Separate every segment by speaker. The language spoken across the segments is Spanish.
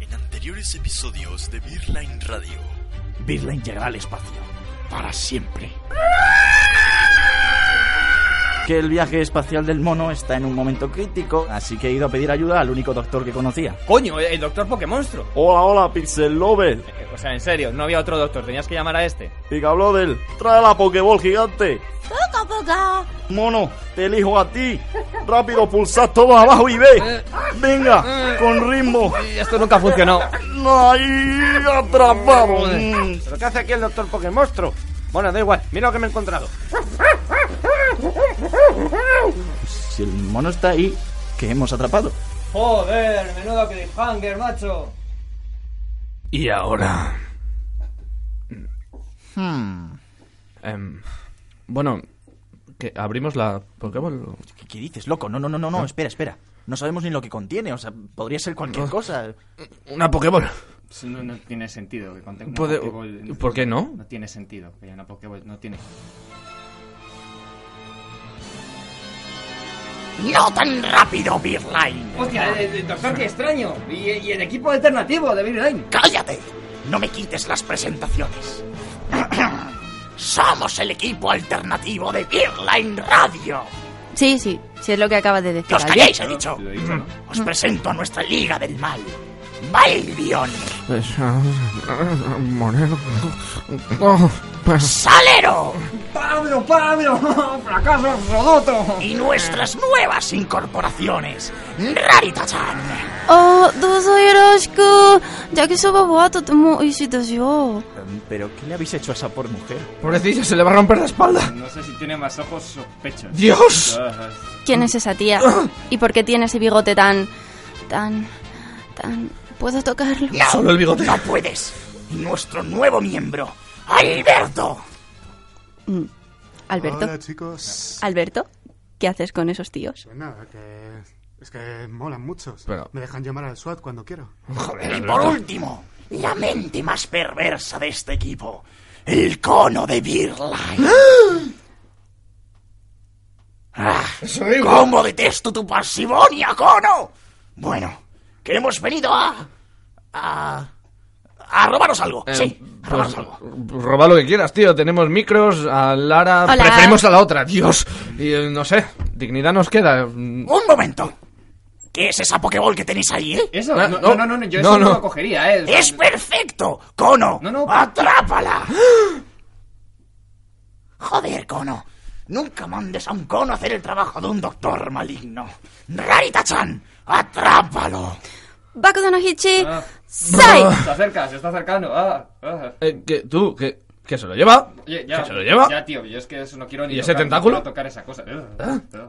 Speaker 1: En anteriores episodios de Beerline Radio,
Speaker 2: Birla llegará al espacio. Para siempre. Que el viaje espacial del mono está en un momento crítico, así que he ido a pedir ayuda al único doctor que conocía.
Speaker 3: Coño, el doctor Pokémonstro.
Speaker 2: Hola, hola, Pixel Lover.
Speaker 3: Eh, O sea, en serio, no había otro doctor, tenías que llamar a este.
Speaker 2: Pica Bloder, trae la Pokéball gigante. Mono, te elijo a ti. Rápido, pulsad todo abajo y ve. Venga, con ritmo.
Speaker 3: Esto nunca funcionó.
Speaker 2: Ahí, atrapado. Mm.
Speaker 4: ¿Pero qué hace aquí el doctor Pokémonstro? Bueno, da igual, mira lo que me he encontrado.
Speaker 2: Si el mono está ahí, que hemos atrapado.
Speaker 3: Joder, menudo cliffhanger, macho.
Speaker 5: Y ahora. Em, bueno, que abrimos la Pokéball.
Speaker 2: ¿Qué, qué dices, loco? No, no, no, no, no, espera, espera. No sabemos ni lo que contiene, o sea, podría ser cualquier cosa.
Speaker 5: Una Pokéball.
Speaker 6: No, no tiene sentido que contenga una
Speaker 5: Puede-
Speaker 6: Pokéball.
Speaker 5: ¿por qué no?
Speaker 6: No tiene sentido que haya una Pokéball. No tiene.
Speaker 2: ¡No tan rápido, Beerline!
Speaker 3: Hostia, el, doctor que extraño. Y, el equipo alternativo de Line.
Speaker 2: ¡Cállate! No me quites las presentaciones. Somos el equipo alternativo de Beerline Radio.
Speaker 7: Sí, sí, sí es lo que acabas de decir.
Speaker 2: ¡Que os
Speaker 7: Ayer.
Speaker 2: calléis, he dicho! Os presento a nuestra Liga del Mal. Malvion,
Speaker 5: Moreno. Oh, pues,
Speaker 2: Salero
Speaker 3: ¡Pablo, Pablo! ¡Fracaso rodoto!
Speaker 2: y nuestras nuevas incorporaciones. Raritachan.
Speaker 7: Oh, dozo yoroshiku. Ya que soba boato, tomo yo.
Speaker 2: Mm, ¿Pero qué le habéis hecho a esa por mujer?
Speaker 5: pobrecillo, se le va a romper la espalda.
Speaker 6: No sé si tiene más ojos o pecho.
Speaker 5: ¡Dios!
Speaker 6: Ah,
Speaker 7: ¿Quién es esa tía? ¿Y por qué tiene ese bigote tan... tan... tan... ¿Puedo tocarlo?
Speaker 5: Solo el bigote.
Speaker 2: No puedes. Y nuestro nuevo miembro, Alberto.
Speaker 7: Alberto.
Speaker 8: Hola chicos.
Speaker 7: Alberto, ¿qué haces con esos tíos?
Speaker 8: Pues nada, que es que molan muchos.
Speaker 5: Pero-
Speaker 8: Me dejan llamar al SWAT cuando quiero.
Speaker 2: Y por último, la mente más perversa de este equipo, el cono de Beerline. Ah, ¿Cómo detesto tu pasivonia, cono? Bueno, que hemos venido a... a... a robaros algo, sí, a robaros
Speaker 5: Pues,
Speaker 2: algo.
Speaker 5: roba lo que quieras, tío. Tenemos micros, a Lara.
Speaker 7: Hola.
Speaker 5: Preferimos a la otra, Dios. Y eh, no sé, dignidad nos queda. Mm,
Speaker 2: Un momento. ¿Qué es esa Pokéball que tenéis ahí? eh?
Speaker 6: Eso,
Speaker 5: Ah,
Speaker 6: no,
Speaker 5: no.
Speaker 6: no, no, no, yo
Speaker 5: No,
Speaker 6: eso no,
Speaker 5: no.
Speaker 6: lo cogería, eh.
Speaker 2: ¡Es perfecto! ¡Cono!
Speaker 6: No, no.
Speaker 2: ¡Atrápala! Joder, Cono. Nunca mandes a un cono a hacer el trabajo de un doctor maligno. Rarita-chan, atrápalo.
Speaker 7: Bakudo no Hichi.
Speaker 6: Ah.
Speaker 7: ¡Sai!
Speaker 6: Se acerca, se está acercando. Ah, ah.
Speaker 5: eh, que tú, que, que se lo lleva.
Speaker 6: Oye, ya,
Speaker 5: que se lo lleva.
Speaker 6: Ya, tío, yo es que eso no quiero ni
Speaker 5: ¿Y ese
Speaker 6: tocar, no
Speaker 5: tentáculo?
Speaker 6: quiero tocar esa cosa. Ah, ah.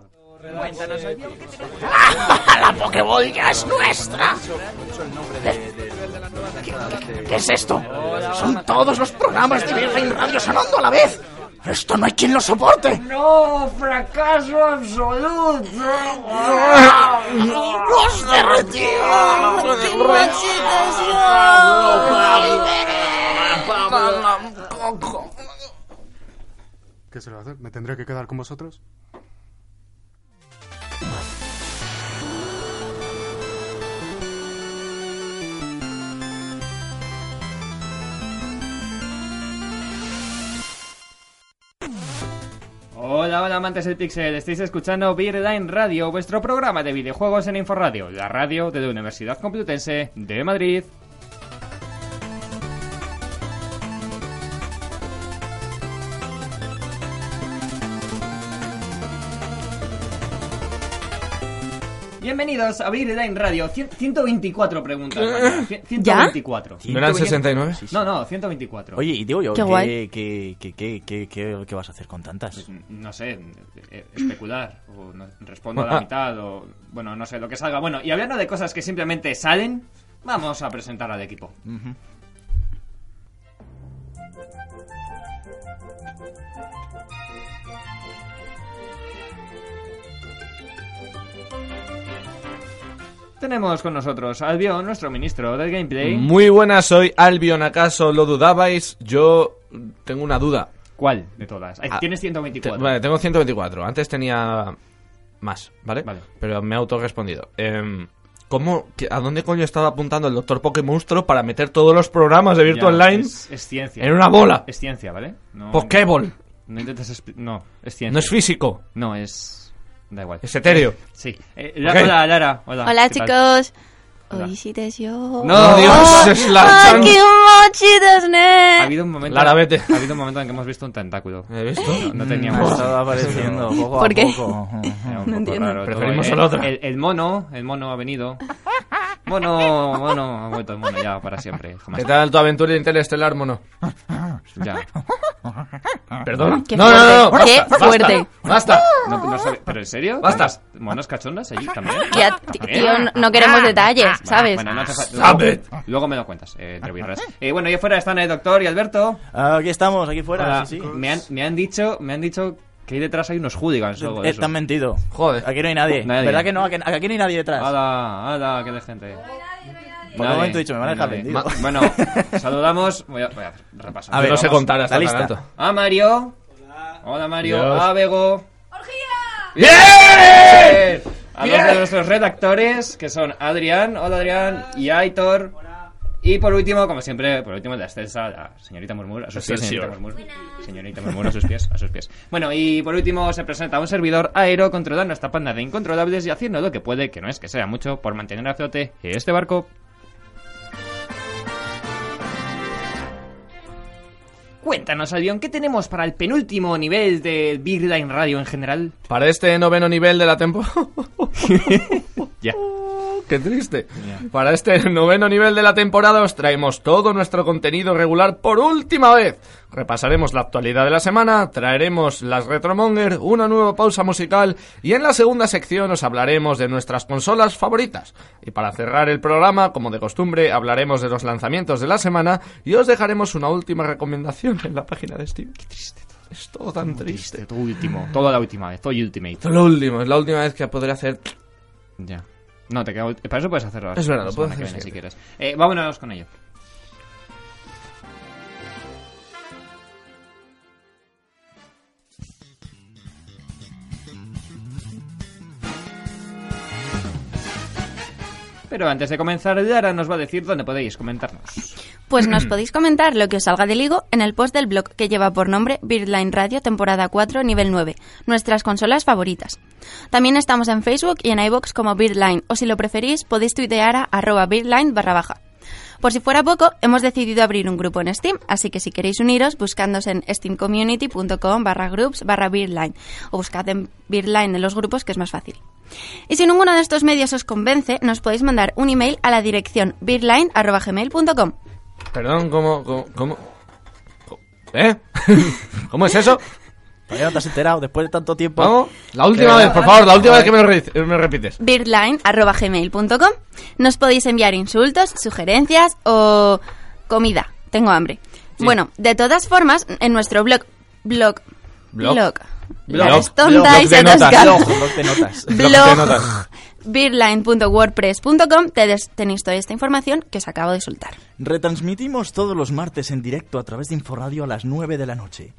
Speaker 2: ¡La Pokéball ya es nuestra! ¿Qué, qué- qué es esto? Son todos los programas de Virgin Radio sonando a la vez. Esto no hay quien lo soporte.
Speaker 3: ¡No! ¡Fracaso absoluto!
Speaker 2: ¡Los derretidos!
Speaker 8: ¿Qué se lo va a hacer? ¿Me tendré que quedar con vosotros?
Speaker 3: Hola, hola amantes del Pixel, estáis escuchando Beerline Radio, vuestro programa de videojuegos en Inforradio, la radio de la Universidad Complutense de Madrid. Bienvenidos a Beer Dine Radio. Cien- 124 preguntas. María. Cien-
Speaker 7: ¿Ya?
Speaker 3: 124.
Speaker 5: ¿No eran 69?
Speaker 3: No, no, 124.
Speaker 9: Oye, y digo yo,
Speaker 7: Qué
Speaker 9: ¿qué,
Speaker 7: guay.
Speaker 9: qué, qué, qué, qué, qué- qué vas a hacer con tantas?
Speaker 3: Pues, no sé, eh, especular, o no- respondo a la mitad, o bueno, no sé, lo que salga. Bueno, y hablando de cosas que simplemente salen, vamos a presentar al equipo. Tenemos con nosotros a Albion, nuestro ministro del gameplay.
Speaker 5: Muy buenas, soy Albion, ¿acaso lo dudabais? Yo tengo una duda.
Speaker 3: ¿Cuál de todas? Ay,
Speaker 5: Ah,
Speaker 3: Tienes
Speaker 5: Te-
Speaker 3: 124.
Speaker 5: vale, tengo 124. Antes tenía más, ¿vale?
Speaker 3: Vale.
Speaker 5: Pero me he autorrespondido. Em, ¿Cómo, qué- ¿A dónde coño estaba apuntando el doctor Pokémonstro para meter todos los programas de Virtual
Speaker 3: Ya,
Speaker 5: Online
Speaker 3: Es, es ciencia.
Speaker 5: en una bola?
Speaker 3: Es ciencia, ¿vale? No,
Speaker 5: Pokéball.
Speaker 3: No intentas expli- No, es ciencia.
Speaker 5: No es físico,
Speaker 3: No, es. Da igual.
Speaker 5: es etéreo.
Speaker 3: Sí. Eh,
Speaker 5: Ok.
Speaker 3: Hola, Lara. Hola,
Speaker 7: Hola
Speaker 3: ¿qué tal?
Speaker 7: chicos.
Speaker 3: Hola.
Speaker 7: Hoy sí te yo.
Speaker 3: No,
Speaker 5: ¡Oh, Dios! Es la
Speaker 7: ¡Ay,
Speaker 5: chan-
Speaker 7: qué mochi des ne!
Speaker 3: Ha habido un momento.
Speaker 5: Lara, vete.
Speaker 3: Ha habido un momento en que hemos visto un tentáculo.
Speaker 5: ¿He visto?
Speaker 3: No, no teníamos.
Speaker 9: Estaba apareciendo poco
Speaker 7: ¿Por
Speaker 9: a
Speaker 7: qué?
Speaker 9: poco.
Speaker 3: Era un
Speaker 7: No
Speaker 3: poco
Speaker 7: entiendo.
Speaker 3: raro todo. ¿eh?
Speaker 5: Preferimos
Speaker 3: el,
Speaker 5: al otro.
Speaker 3: El, el mono, el mono ha venido. Mono, mono, ha vuelto el mono ya para siempre, jamás.
Speaker 5: ¿Qué tal tu aventura interestelar, mono?
Speaker 3: Ya.
Speaker 5: ¿Perdón?
Speaker 7: Qué
Speaker 5: no, no, no, no,
Speaker 7: fuerte. Qué
Speaker 5: basta,
Speaker 7: fuerte.
Speaker 5: Basta,
Speaker 3: No, no sabe- ¿Pero en serio?
Speaker 5: Basta.
Speaker 3: ¿Monos cachondas allí también?
Speaker 7: Ya, t- tío, no- no queremos detalles, ¿sabes?
Speaker 3: Ah, Bueno, no hace falta-
Speaker 5: Sabe.
Speaker 3: luego, luego me lo cuentas, eh, te lo voy a dar. Eh, bueno, y afuera están el doctor y Alberto.
Speaker 9: Ah, aquí estamos, aquí fuera.
Speaker 3: Hola.
Speaker 9: sí, sí.
Speaker 3: Me, han, me han dicho, me han dicho que ahí detrás hay unos hooligans o algo de
Speaker 9: Eh,
Speaker 3: eso.
Speaker 9: te han mentido.
Speaker 5: Joder.
Speaker 9: Aquí no hay nadie.
Speaker 3: Nadie.
Speaker 9: ¿Verdad que no? Aquí aquí no hay nadie detrás.
Speaker 3: ¡Hala! ¡Hala! ¡Qué de gente!
Speaker 9: Por un momento he dicho, me van a dejar
Speaker 3: Nadie.
Speaker 9: vendido.
Speaker 3: Ma- Bueno, saludamos. Voy a, voy a hacer repaso.
Speaker 9: A
Speaker 5: Yo
Speaker 9: ver,
Speaker 5: no sé
Speaker 9: vamos,
Speaker 5: contar hasta
Speaker 9: la
Speaker 5: tan
Speaker 9: lista.
Speaker 5: alto.
Speaker 3: A Mario. Hola. Mario.
Speaker 5: Dios.
Speaker 3: A Bego.
Speaker 5: ¡Bien!
Speaker 3: A dos de nuestros redactores, que son Adrián. Hola, Adrián. Y Aitor. Y por último, como siempre, por último, la excelsa, la señorita Murmur, a sus pies, señorita
Speaker 5: Excelsior.
Speaker 3: Murmur. Señorita Murmur, a sus pies, a sus pies. Bueno, y por último se presenta un servidor aero controlando esta panda de incontrolables y haciendo lo que puede, que no es que sea mucho, por mantener a flote este barco. Cuéntanos, Albion, ¿qué tenemos para el penúltimo nivel de Big Line Radio en general?
Speaker 5: Para este noveno nivel de la temporada.
Speaker 3: Ya.
Speaker 5: Qué triste. Para este noveno nivel de la temporada os traemos todo nuestro contenido regular por última vez. Repasaremos la actualidad de la semana, traeremos las Retromonger, una nueva pausa musical y en la segunda sección os hablaremos de nuestras consolas favoritas. Y para cerrar el programa, como de costumbre, hablaremos de los lanzamientos de la semana y os dejaremos una última recomendación en la página de Steam. Qué triste todo. Es todo tan triste.
Speaker 3: Este, todo último, toda la última vez, todo Ultimate.
Speaker 5: Esto es lo último, es la última vez que podré hacer
Speaker 3: Ya. No, te queda. ulti- Para eso puedes hacerlo. la
Speaker 5: Es verdad, lo
Speaker 3: semana
Speaker 5: puedo
Speaker 3: que viene,
Speaker 5: hacer
Speaker 3: si
Speaker 5: siempre.
Speaker 3: quieres. Eh, vámonos con ello. Pero antes de comenzar, Lara nos va a decir dónde podéis comentarnos.
Speaker 7: Pues nos podéis comentar lo que os salga del higo en el post del blog que lleva por nombre Birdline Radio temporada 4 nivel 9, nuestras consolas favoritas. También estamos en Facebook y en iBox como Birdline o si lo preferís podéis tuitear a arroba Birdline barra baja. Por si fuera poco, hemos decidido abrir un grupo en Steam, así que si queréis uniros, buscándos en steamcommunity.com barra groups barra Beerline o buscad en Beerline en los grupos que es más fácil. Y si ninguno de estos medios os convence, nos podéis mandar un email a la dirección beerline.gmail.com.
Speaker 5: Perdón, ¿cómo, cómo, cómo? ¿Eh? ¿Cómo es eso?
Speaker 9: Todavía no te has enterado después de tanto tiempo.
Speaker 5: Vamos, la última vez, por favor, la última vez que me lo re- me lo repites.
Speaker 7: beardline.gmail.com. Nos podéis enviar insultos, sugerencias o comida. Tengo hambre. Bueno, de todas formas, en nuestro blog... Blog...
Speaker 5: Blog.
Speaker 7: La
Speaker 5: Blog.
Speaker 7: es tonta
Speaker 5: Blog
Speaker 7: y
Speaker 5: de
Speaker 7: se
Speaker 5: notas.
Speaker 7: atasca.
Speaker 9: Blog, blog de notas.
Speaker 5: Blog de
Speaker 7: Blog.
Speaker 5: notas.
Speaker 7: beardline.wordpress.com te des- tenéis toda esta información que os acabo de soltar.
Speaker 9: Retransmitimos todos los martes en directo a través de Inforadio a las 9 de la noche.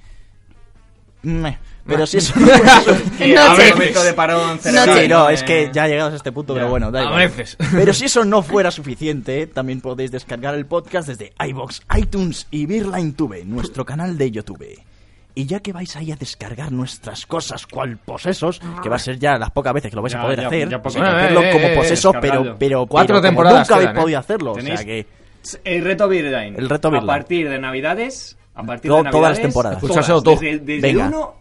Speaker 9: Meh, pero si eso no es suficiente-
Speaker 3: Eh,
Speaker 7: No
Speaker 5: a
Speaker 7: sé.
Speaker 5: veces.
Speaker 3: Momento de parón
Speaker 7: Noche.
Speaker 9: Sí, no, es que ya llegados a este punto, pero
Speaker 3: Ya.
Speaker 9: bueno, da
Speaker 5: A
Speaker 9: igual.
Speaker 5: veces.
Speaker 9: Pero si eso no fuera suficiente, también podéis descargar el podcast desde iBox, iTunes y BeerlineTube, nuestro canal de YouTube. Y ya que vais ahí a descargar nuestras cosas cual posesos, que va a ser ya las pocas veces que lo vais
Speaker 3: Ya,
Speaker 9: a poder
Speaker 3: ya,
Speaker 9: hacer,
Speaker 3: ya poco.
Speaker 9: vais a
Speaker 5: Eh,
Speaker 9: hacerlo
Speaker 5: eh,
Speaker 9: como
Speaker 5: eh,
Speaker 9: poseso,
Speaker 3: descargadlo.
Speaker 9: pero, pero
Speaker 5: Cuatro
Speaker 9: pero como
Speaker 5: temporadas
Speaker 9: nunca habéis
Speaker 5: quedan, ¿eh?
Speaker 9: podido hacerlo. O sea
Speaker 3: Tenéis
Speaker 9: que
Speaker 6: eh,
Speaker 3: El reto Birdain.
Speaker 9: El reto Beardline.
Speaker 3: A partir de Navidades. A partir
Speaker 9: To-
Speaker 3: de
Speaker 9: todas
Speaker 3: Navidades.
Speaker 9: las temporadas.
Speaker 5: Escuchárselo tú.
Speaker 3: Desde, desde
Speaker 9: Venga.
Speaker 3: el 1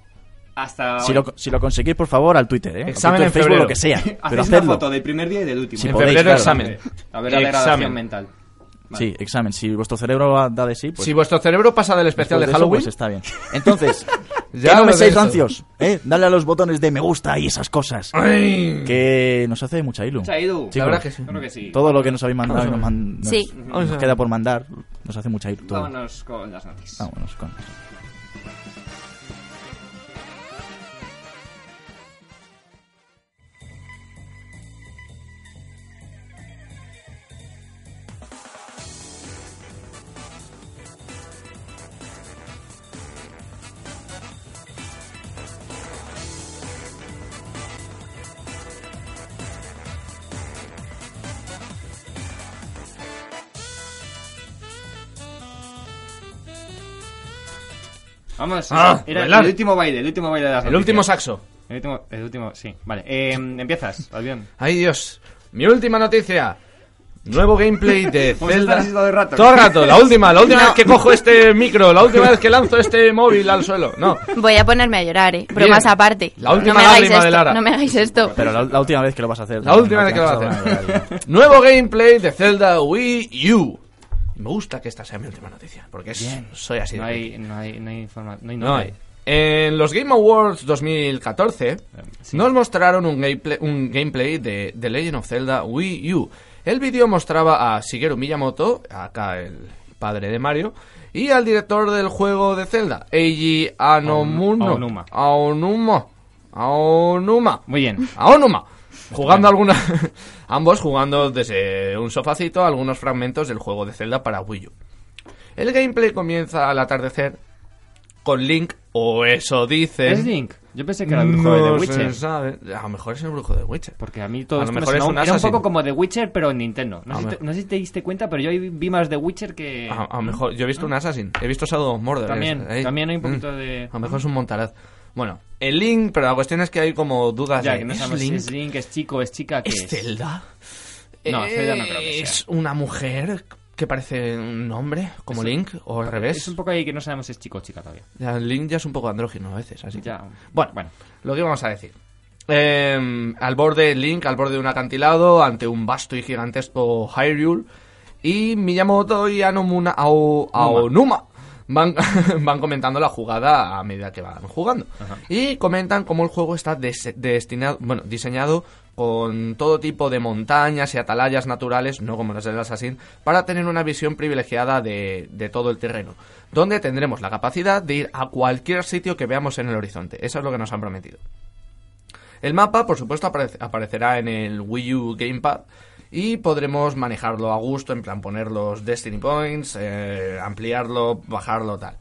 Speaker 6: hasta.
Speaker 9: Si lo, si lo conseguís, por favor, al Twitter, ¿eh?
Speaker 5: Examen
Speaker 9: Al Twitter,
Speaker 5: en
Speaker 9: Facebook,
Speaker 5: febrero.
Speaker 9: lo que sea. Pero
Speaker 6: Hacéis una
Speaker 9: hacedlo.
Speaker 6: foto del primer día y del último.
Speaker 9: Si
Speaker 5: En
Speaker 9: podéis,
Speaker 5: febrero
Speaker 9: claro.
Speaker 5: examen.
Speaker 6: A ver la degradación
Speaker 5: Examen.
Speaker 6: mental.
Speaker 9: Sí, examen. Si vuestro cerebro da de sí, pues...
Speaker 5: Si vuestro cerebro pasa del especial
Speaker 9: después
Speaker 5: de
Speaker 9: eso,
Speaker 5: Halloween,
Speaker 9: pues está bien. Entonces,
Speaker 5: Ya
Speaker 9: que no
Speaker 5: lo
Speaker 9: me
Speaker 5: ves.
Speaker 9: seáis rancios, ¿eh? Dale a los botones de me gusta y esas cosas.
Speaker 5: ¡Ay!
Speaker 9: Que nos hace mucha ilu.
Speaker 6: Mucha ilu. La
Speaker 9: Chicos,
Speaker 5: verdad que sí.
Speaker 6: Yo creo que sí.
Speaker 9: Todo lo que nos habéis mandado y nos, man- nos-
Speaker 7: Sí.
Speaker 9: nos
Speaker 5: Vamos a ver.
Speaker 9: queda por mandar, nos hace mucha ilu. todo.
Speaker 6: Vámonos con las noticias.
Speaker 9: Vámonos con
Speaker 6: Vamos,
Speaker 5: Ah,
Speaker 6: era
Speaker 5: bailar.
Speaker 6: el último baile, el último baile de las
Speaker 5: el
Speaker 6: noticias.
Speaker 5: último saxo.
Speaker 6: El último, el último, sí. Vale, eh, empiezas, Albion.
Speaker 5: Ay Dios. Mi última noticia. Nuevo gameplay de
Speaker 6: Pues
Speaker 5: Zelda.
Speaker 6: estás todo el rato.
Speaker 5: Todo el rato, la última, la última
Speaker 7: No.
Speaker 5: vez que cojo este micro, la última vez que lanzo este móvil al suelo. No.
Speaker 7: Voy a ponerme a llorar, eh. Bromas
Speaker 5: Bien.
Speaker 7: aparte.
Speaker 5: La última
Speaker 7: no me hagáis
Speaker 5: lágrima
Speaker 7: esto.
Speaker 5: de Lara.
Speaker 7: No me hagáis esto.
Speaker 9: Pero la, la última vez que lo vas a hacer.
Speaker 5: La última vez que lo vas a hacer. Nuevo gameplay de Zelda Wii U. Me gusta que esta sea mi última noticia, porque es- soy así. de
Speaker 6: No
Speaker 5: friki.
Speaker 6: hay, no hay, no hay forma, no hay
Speaker 5: No hay. En los Game Awards 2014 nos mostraron un gameplay, un gameplay de The Legend of Zelda Wii U. El vídeo mostraba a Shigeru Miyamoto, acá el padre de Mario, y al director del juego de Zelda, Eiji Anomuno.
Speaker 6: Aonuma.
Speaker 5: Aonuma. Aonuma.
Speaker 6: Muy bien.
Speaker 5: Aonuma. Jugando alguna... ambos jugando desde un sofacito algunos fragmentos del juego de Zelda para Wii U. El gameplay comienza al atardecer con Link, o eso dice.
Speaker 6: ¿Es Link? Yo pensé que era el brujo de The
Speaker 5: No
Speaker 6: Witcher.
Speaker 5: se sabe. A lo mejor es el brujo de Witcher.
Speaker 6: Porque a mí todo
Speaker 5: A lo
Speaker 6: esto
Speaker 5: mejor
Speaker 6: me
Speaker 5: es
Speaker 6: sonó-
Speaker 5: un
Speaker 6: era un
Speaker 5: assassin.
Speaker 6: poco como The Witcher, pero en Nintendo. No,
Speaker 5: A
Speaker 6: sé, si
Speaker 5: ver.
Speaker 6: te, no sé si te diste cuenta, pero yo ahí vi más The Witcher que...
Speaker 5: A, a lo mejor, yo he visto un Assassin, he visto Shadow of Murder.
Speaker 6: También,
Speaker 5: es- ahí.
Speaker 6: también hay un poquito
Speaker 5: Mm.
Speaker 6: de...
Speaker 5: A lo mejor es un montaraz. Bueno, el Link, pero la cuestión es que hay como dudas
Speaker 6: Ya,
Speaker 5: de,
Speaker 6: que no
Speaker 5: ¿es
Speaker 6: sabemos si
Speaker 5: Link? Este
Speaker 6: es Link, es chico, es chica, que
Speaker 5: ¿Es Zelda?
Speaker 6: No, Zelda no creo que sea.
Speaker 5: ¿Es una mujer que parece un hombre, como Link, o al revés?
Speaker 6: Es un poco ahí que no sabemos si es chico o chica todavía.
Speaker 5: Ya, Link ya es un poco andrógino a veces, así que-
Speaker 6: Ya.
Speaker 5: Bueno,
Speaker 6: Bueno.
Speaker 5: lo que vamos a decir. Eh, al borde Link, al borde de un acantilado, ante un vasto y gigantesco Hyrule. Y Miyamoto y Anomuna, Ao- Aonuma van, van comentando la jugada a medida que van jugando. Y comentan cómo el juego está des- destinado, bueno, diseñado con todo tipo de montañas y atalayas naturales, no como las del Assassin, para tener una visión privilegiada de, de todo el terreno, donde tendremos la capacidad de ir a cualquier sitio que veamos en el horizonte. Eso es lo que nos han prometido. El mapa, por supuesto, aparece- aparecerá en el Wii U Gamepad y podremos manejarlo a gusto, en plan poner los Destiny Points, eh, ampliarlo, bajarlo, tal.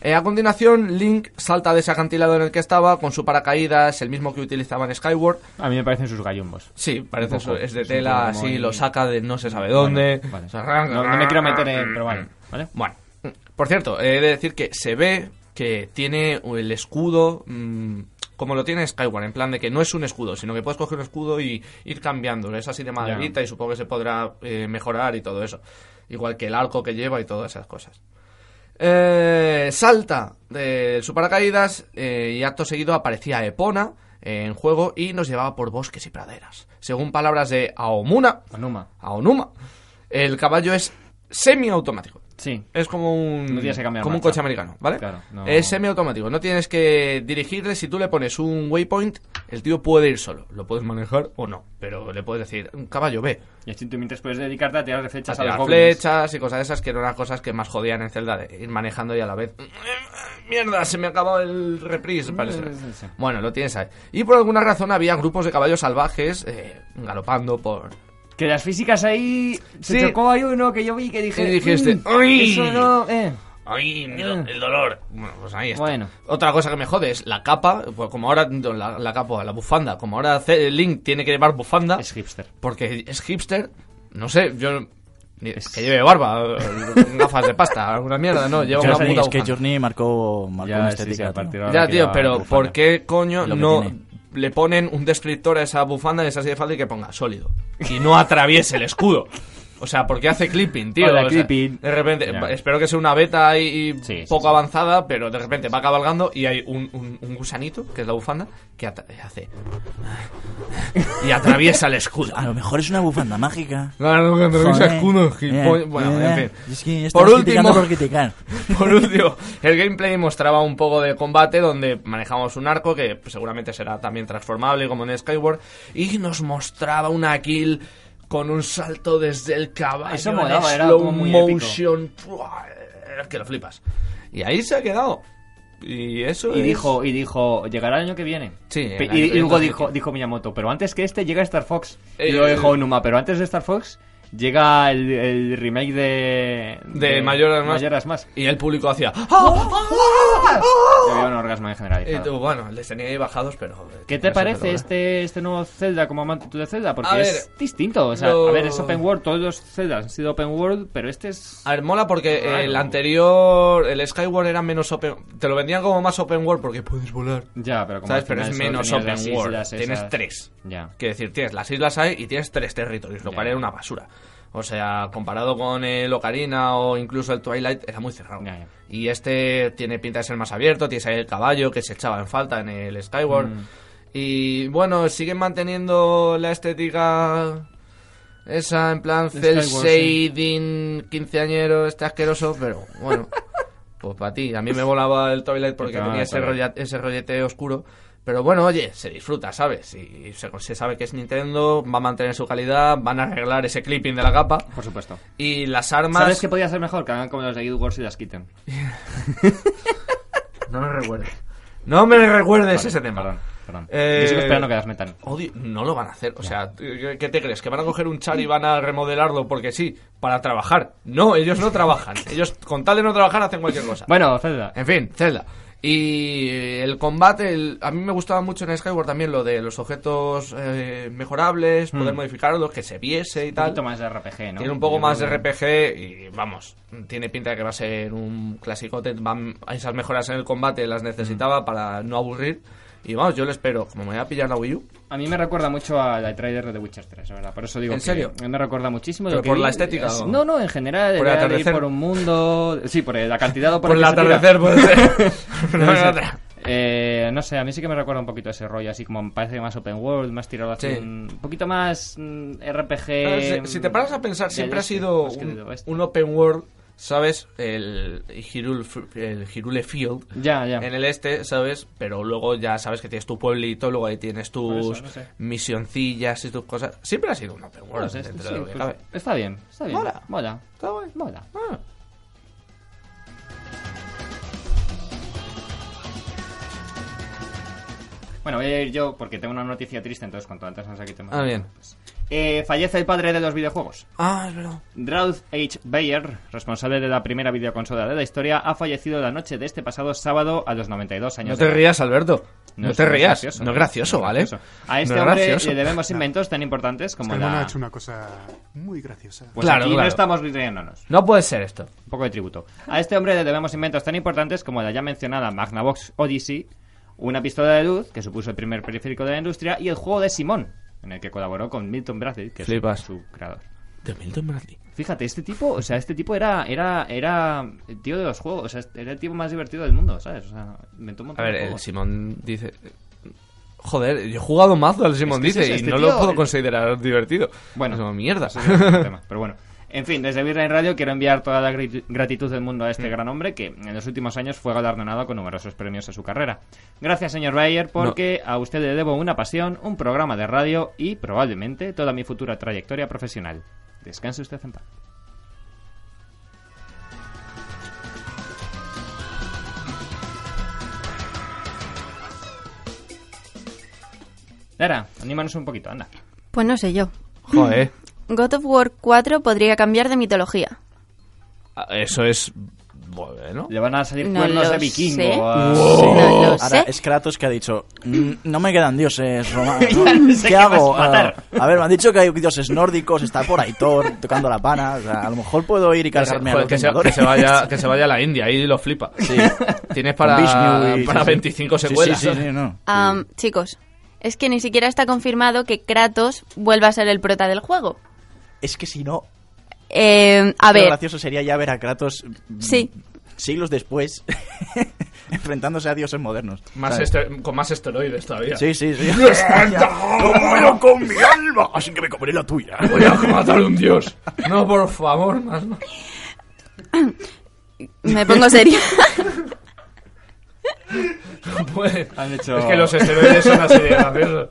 Speaker 5: Eh, a continuación, Link salta de ese acantilado en el que estaba con su paracaídas, el mismo que utilizaba en Skyward.
Speaker 6: A mí me parecen sus gallumbos.
Speaker 5: Sí, parece
Speaker 6: Un poco.
Speaker 5: eso, es de
Speaker 6: Es un
Speaker 5: tela,
Speaker 6: poco como
Speaker 5: así,
Speaker 6: el-
Speaker 5: lo saca de no se sabe dónde.
Speaker 6: Vale.
Speaker 5: se arranca.
Speaker 6: No, no me quiero meter en... Pero vale. ¿Vale?
Speaker 5: Bueno, por cierto, he de decir que se ve que tiene el escudo mm, como lo tiene Skyward, en plan de que no es un escudo, sino que puedes coger un escudo y ir cambiándolo. Es así de maderita y supongo que se podrá eh, mejorar y todo eso. Igual que el arco que lleva y todas esas cosas. Eh, salta de su paracaídas eh, y acto seguido aparecía Epona eh, en juego y nos llevaba por bosques y praderas. Según palabras de Aomuna,
Speaker 6: Anuma.
Speaker 5: Aonuma, el caballo es semiautomático.
Speaker 6: Sí.
Speaker 5: Es como un,
Speaker 6: No tienes que cambiar
Speaker 5: como un
Speaker 6: marcha.
Speaker 5: coche americano, ¿vale?
Speaker 6: Claro, no.
Speaker 5: Es semiautomático. No tienes que dirigirle. Si tú le pones un waypoint, el tío puede ir solo. Lo puedes manejar o no. Pero le puedes decir, caballo, ve.
Speaker 6: Y así tú mientras puedes dedicarte a tirar flechas a,
Speaker 5: Hacia
Speaker 6: los
Speaker 5: las
Speaker 6: goblins.
Speaker 5: flechas y cosas de esas que eran las cosas que más jodían en Zelda de ir manejando y a la vez. "Mm, Mierda, se me acabó el reprise,
Speaker 6: Mm,
Speaker 5: parece. Bueno, lo tienes ahí. Y por alguna razón había grupos de caballos salvajes eh, galopando por.
Speaker 6: Que las físicas ahí... Se
Speaker 5: Sí.
Speaker 6: chocó ahí uno que yo vi que dije...
Speaker 5: Y dijiste,
Speaker 6: "Mm,
Speaker 5: "Ay".
Speaker 6: Eso no... Eh.
Speaker 5: ¡Ay, mi do- el dolor! Bueno, pues ahí está.
Speaker 6: Bueno.
Speaker 5: Otra cosa que me jode es la capa, pues como ahora no, la, la capa, la bufanda, como ahora C- eh, Link tiene que llevar bufanda,
Speaker 6: Es hipster.
Speaker 5: porque es hipster, no sé, yo... ni- Que lleve barba, eh, gafas de pasta, alguna mierda, no, lleva una
Speaker 9: Journey,
Speaker 5: puta
Speaker 9: es que
Speaker 5: bufanda.
Speaker 9: Journey marcó, marcó
Speaker 6: Ya,
Speaker 9: una
Speaker 6: sí, sí,
Speaker 9: estética.
Speaker 6: a
Speaker 9: tío.
Speaker 6: partir de ahora
Speaker 5: Ya,
Speaker 6: que
Speaker 5: tío,
Speaker 6: va
Speaker 5: pero
Speaker 6: bufanda.
Speaker 5: ¿por qué coño
Speaker 9: Lo que
Speaker 5: no
Speaker 9: tiene.
Speaker 5: le ponen un descriptor a esa bufanda y es así de falda y que ponga sólido? Y no atraviese el escudo. O sea, porque hace clipping, tío.
Speaker 3: Hola,
Speaker 5: O sea,
Speaker 3: clipping.
Speaker 5: de repente,
Speaker 3: Ya.
Speaker 5: espero que sea una beta y, y
Speaker 3: Sí, sí,
Speaker 5: poco
Speaker 3: sí.
Speaker 5: avanzada, pero de repente va cabalgando y hay un, un- un gusanito, que es la bufanda, que ata- hace. y atraviesa el escudo.
Speaker 9: A lo mejor es una bufanda mágica.
Speaker 5: Claro, que atraviesa el escudo,
Speaker 9: Eh,
Speaker 5: gilipollas. Bueno, en fin.
Speaker 9: por
Speaker 5: Por
Speaker 9: último.
Speaker 5: último-
Speaker 9: Por criticar.
Speaker 5: Por último, el gameplay mostraba un poco de combate donde manejamos un arco que pues, seguramente será también transformable como en Skyward y nos mostraba una kill con un salto desde el caballo
Speaker 3: Eso
Speaker 5: en
Speaker 3: molaba, era
Speaker 5: slow
Speaker 3: como muy épico.
Speaker 5: motion ¡Fua! que lo flipas. Y ahí se ha quedado. Y eso
Speaker 3: Y
Speaker 5: es-
Speaker 3: dijo, y dijo, llegará el año que viene.
Speaker 5: Pues, Sí, el
Speaker 3: Pe-
Speaker 5: año que
Speaker 3: y, y
Speaker 5: viene,
Speaker 3: luego
Speaker 5: entonces,
Speaker 3: dijo, dijo Miyamoto, pero antes que este llega Star Fox.
Speaker 5: Eh,
Speaker 3: y luego
Speaker 5: eh,
Speaker 3: dijo Numa, pero antes de Star Fox llega el, el remake de...
Speaker 5: de, Mayoras más.
Speaker 3: Majora's Mask.
Speaker 5: Y el público hacía ¡Ah!
Speaker 3: Y había un orgasmo en general.
Speaker 5: Y Eh, tú, bueno, les tenía ahí bajados, pero
Speaker 3: ¿Qué
Speaker 5: no
Speaker 3: te
Speaker 5: sé,
Speaker 3: parece
Speaker 5: perdona.
Speaker 3: este, este nuevo Zelda como amante tú de Zelda? Porque
Speaker 5: A
Speaker 3: es
Speaker 5: ver,
Speaker 3: distinto. O sea,
Speaker 5: lo-
Speaker 3: a ver, es open world. Todos los Zeldas han sido open world, pero este es.
Speaker 5: A ver, mola porque el anterior, el Skyward era menos open. Te lo vendían como más open world porque puedes volar.
Speaker 3: Ya, pero como.
Speaker 5: ¿Sabes?
Speaker 3: al
Speaker 5: Pero
Speaker 3: final
Speaker 5: es
Speaker 3: solo
Speaker 5: menos
Speaker 3: tenías
Speaker 5: open
Speaker 3: las
Speaker 5: world.
Speaker 3: islas
Speaker 5: Tienes
Speaker 3: esas-
Speaker 5: tres.
Speaker 3: Ya.
Speaker 5: Quiero decir, tienes las islas hay y tienes tres territorios, lo cual
Speaker 3: Ya.
Speaker 5: era una basura. O sea, comparado con el Ocarina o incluso el Twilight, era muy cerrado.
Speaker 3: Ya, ya.
Speaker 5: Y este tiene pinta de ser más abierto, tienes ahí el caballo que se echaba en falta en el Skyward.
Speaker 3: Mm.
Speaker 5: Y bueno, siguen manteniendo la estética esa, en plan
Speaker 3: De
Speaker 5: cel
Speaker 3: Skyward, sí.
Speaker 5: shading, quinceañero, este asqueroso, pero bueno. Pues para ti, a mí me volaba el Twilight porque
Speaker 3: Te va,
Speaker 5: tenía ese,
Speaker 3: claro.
Speaker 5: rolla- ese rollete oscuro. Pero bueno, oye, se disfruta, ¿sabes? Y se, se sabe que es Nintendo, va a mantener su calidad, van a arreglar ese clipping de la capa.
Speaker 3: Por supuesto.
Speaker 5: Y las armas...
Speaker 3: ¿Sabes qué podía ser mejor? Que hagan como los de Guild Wars y las quiten.
Speaker 5: No me recuerdes. No me recuerdes
Speaker 3: Vale,
Speaker 5: ese tema.
Speaker 3: Perdón, perdón.
Speaker 5: Eh,
Speaker 3: Yo sigo esperando que las metan.
Speaker 5: Odio, no lo van a hacer. O sea, ¿qué qué te crees? ¿Que van a coger un char y van a remodelarlo porque sí, para trabajar? No, ellos no trabajan. Ellos, con tal de no trabajar, hacen cualquier cosa.
Speaker 3: Bueno, Zelda.
Speaker 5: En fin, Zelda. Y el combate, el- a mí me gustaba mucho en Skyward también lo de los objetos eh, mejorables, poder modificarlos, que se viese y
Speaker 3: Hmm. Un
Speaker 5: tal.
Speaker 3: poquito más de RPG, ¿no?
Speaker 5: Tiene un poco
Speaker 3: Yo
Speaker 5: más de
Speaker 3: creo que-
Speaker 5: RPG y vamos, tiene pinta de que va a ser un clasicote. Van, esas mejoras en el combate las necesitaba
Speaker 3: Hmm.
Speaker 5: para no aburrir. Y vamos, yo lo espero. Como me voy a pillar la Wii U,
Speaker 3: A mí me recuerda mucho a la trailer de The Witcher 3, la ¿verdad? Por eso digo
Speaker 5: ¿En
Speaker 3: que
Speaker 5: serio?
Speaker 3: me recuerda muchísimo. de
Speaker 5: ¿Pero
Speaker 3: lo que
Speaker 5: por
Speaker 3: vi.
Speaker 5: la estética
Speaker 3: Es-
Speaker 5: o-
Speaker 3: No, no, en general.
Speaker 5: ¿Por
Speaker 3: Por
Speaker 5: el
Speaker 3: el
Speaker 5: atardecer?
Speaker 3: por un mundo... Sí, por la cantidad o por,
Speaker 5: por el
Speaker 3: la que se tira.
Speaker 5: atardecer puede ser. No hay
Speaker 3: Entonces,
Speaker 5: otra.
Speaker 3: eh, no sé, a mí sí que me recuerda un poquito ese rollo, así como me parece más open world, más tirado hacia
Speaker 5: Sí.
Speaker 3: un un poquito más mm, RPG.
Speaker 5: Ahora, si- si te paras a pensar,
Speaker 3: del
Speaker 5: siempre ha
Speaker 3: este,
Speaker 5: sido
Speaker 3: más que
Speaker 5: un,
Speaker 3: del oeste.
Speaker 5: un open world, ¿sabes? El Hirule, F- el Hirule Field.
Speaker 3: Ya, ya.
Speaker 5: En el este, ¿sabes? Pero luego ya sabes que tienes tu pueblito, luego ahí tienes tus
Speaker 3: eso, no sé.
Speaker 5: misioncillas y tus cosas. Siempre ha sido un open world.
Speaker 3: Bueno, es-
Speaker 5: dentro
Speaker 3: sí,
Speaker 5: de lo que
Speaker 3: pues,
Speaker 5: cabe.
Speaker 3: está bien, está bien.
Speaker 5: Mola.
Speaker 3: Mola.
Speaker 5: Está guay.
Speaker 3: Mola.
Speaker 5: Ah.
Speaker 3: Bueno, voy a ir yo porque tengo una noticia triste, entonces cuanto antes nos la quitemos.
Speaker 5: Ah, bien.
Speaker 3: Eh, fallece el padre de los videojuegos.
Speaker 5: Ah, es verdad.
Speaker 3: Ralph H. Bayer, responsable de la primera videoconsola de la historia, ha fallecido la noche de este pasado sábado a los 92 años.
Speaker 5: No
Speaker 3: de
Speaker 5: te
Speaker 3: edad.
Speaker 5: rías, Alberto. No,
Speaker 3: es-
Speaker 5: te
Speaker 3: es
Speaker 5: rías.
Speaker 3: gracioso.
Speaker 5: no es gracioso,
Speaker 3: No es
Speaker 5: ¿vale?
Speaker 3: gracioso. A este
Speaker 5: No es
Speaker 3: hombre
Speaker 5: gracioso.
Speaker 3: le debemos inventos tan importantes
Speaker 8: Es
Speaker 3: como
Speaker 8: que
Speaker 3: la...
Speaker 8: ha hecho una cosa muy graciosa.
Speaker 3: Pues
Speaker 5: Claro,
Speaker 3: aquí
Speaker 5: claro.
Speaker 3: no estamos riéndonos.
Speaker 5: No puede ser esto.
Speaker 3: Un poco de tributo. A este hombre le debemos inventos tan importantes como la ya mencionada Magnavox Odyssey, una pistola de luz, que supuso el primer periférico de la industria, y el juego de Simón, en el que colaboró con Milton Bradley, que
Speaker 5: Flipas.
Speaker 3: es su creador.
Speaker 5: De Milton Bradley.
Speaker 3: Fíjate, este tipo, o sea, este tipo era, era, era el tío de los juegos, o sea, era el tipo más divertido del mundo, ¿sabes? O sea, inventó un
Speaker 5: A
Speaker 3: montón
Speaker 5: ver, eh,
Speaker 3: de
Speaker 5: el
Speaker 3: juegos.
Speaker 5: Simón dice. Joder, yo he jugado mazo al Simón
Speaker 3: que es
Speaker 5: dice
Speaker 3: eso,
Speaker 5: y
Speaker 3: este
Speaker 5: no
Speaker 3: tío-
Speaker 5: lo puedo considerar divertido.
Speaker 3: Bueno.
Speaker 5: Es como mierda.
Speaker 3: Eso ya es otro este tema, Pero bueno. En fin, desde Virrey Radio quiero enviar toda la grat- gratitud del mundo a este gran hombre que en los últimos años fue galardonado con numerosos premios a su carrera. Gracias, señor Bayer, porque a usted le debo una pasión, un programa de radio y probablemente toda mi futura trayectoria profesional. Descanse usted en paz. Lara, anímanos un poquito, anda.
Speaker 7: Pues no sé yo.
Speaker 5: Joder.
Speaker 7: God of War 4 podría cambiar de mitología.
Speaker 5: Ah, Eso es. Bueno.
Speaker 3: Le van a salir
Speaker 7: No
Speaker 3: cuernos
Speaker 7: lo
Speaker 3: de vikingo.
Speaker 7: sé.
Speaker 3: a-
Speaker 5: Oh.
Speaker 7: No lo
Speaker 9: Ahora
Speaker 7: sé.
Speaker 9: es Kratos que ha dicho: "Mm, No me quedan dioses romanos.
Speaker 3: sé
Speaker 9: ¿Qué
Speaker 3: que vas
Speaker 9: hago?
Speaker 3: a matar.
Speaker 9: Ah, a ver, me han dicho que hay dioses nórdicos, está por ahí Thor tocando la pana. o sea, a lo mejor puedo ir y
Speaker 5: Que se,
Speaker 9: cargarme a
Speaker 5: joder,
Speaker 9: los
Speaker 5: que se-
Speaker 9: Vengadores.
Speaker 5: que se vaya, que se vaya a la India, ahí lo flipa. Tienes para,
Speaker 9: Con Vishnu y-
Speaker 5: para
Speaker 9: sí, sí.
Speaker 5: 25 secuelas.
Speaker 9: Sí, sí, sí, sí, no.
Speaker 7: Am, chicos, es que ni siquiera está confirmado que Kratos vuelva a ser el prota del juego.
Speaker 9: Es que si no,
Speaker 7: Eh, a
Speaker 9: Lo
Speaker 7: ver,
Speaker 9: gracioso sería ya ver a Kratos mm,
Speaker 7: Sí.
Speaker 9: siglos después enfrentándose a dioses modernos.
Speaker 5: Más
Speaker 9: ¿Sabes?
Speaker 5: este- con más esteroides todavía.
Speaker 9: Sí, sí, sí.
Speaker 5: ¡Muero
Speaker 9: con mi alma! Así que me comeré la tuya.
Speaker 5: Voy a matar un dios. No, por favor, más no.
Speaker 7: me pongo seria.
Speaker 5: No puede.
Speaker 3: Han hecho-
Speaker 5: Es que los esteroides son así de graciosos.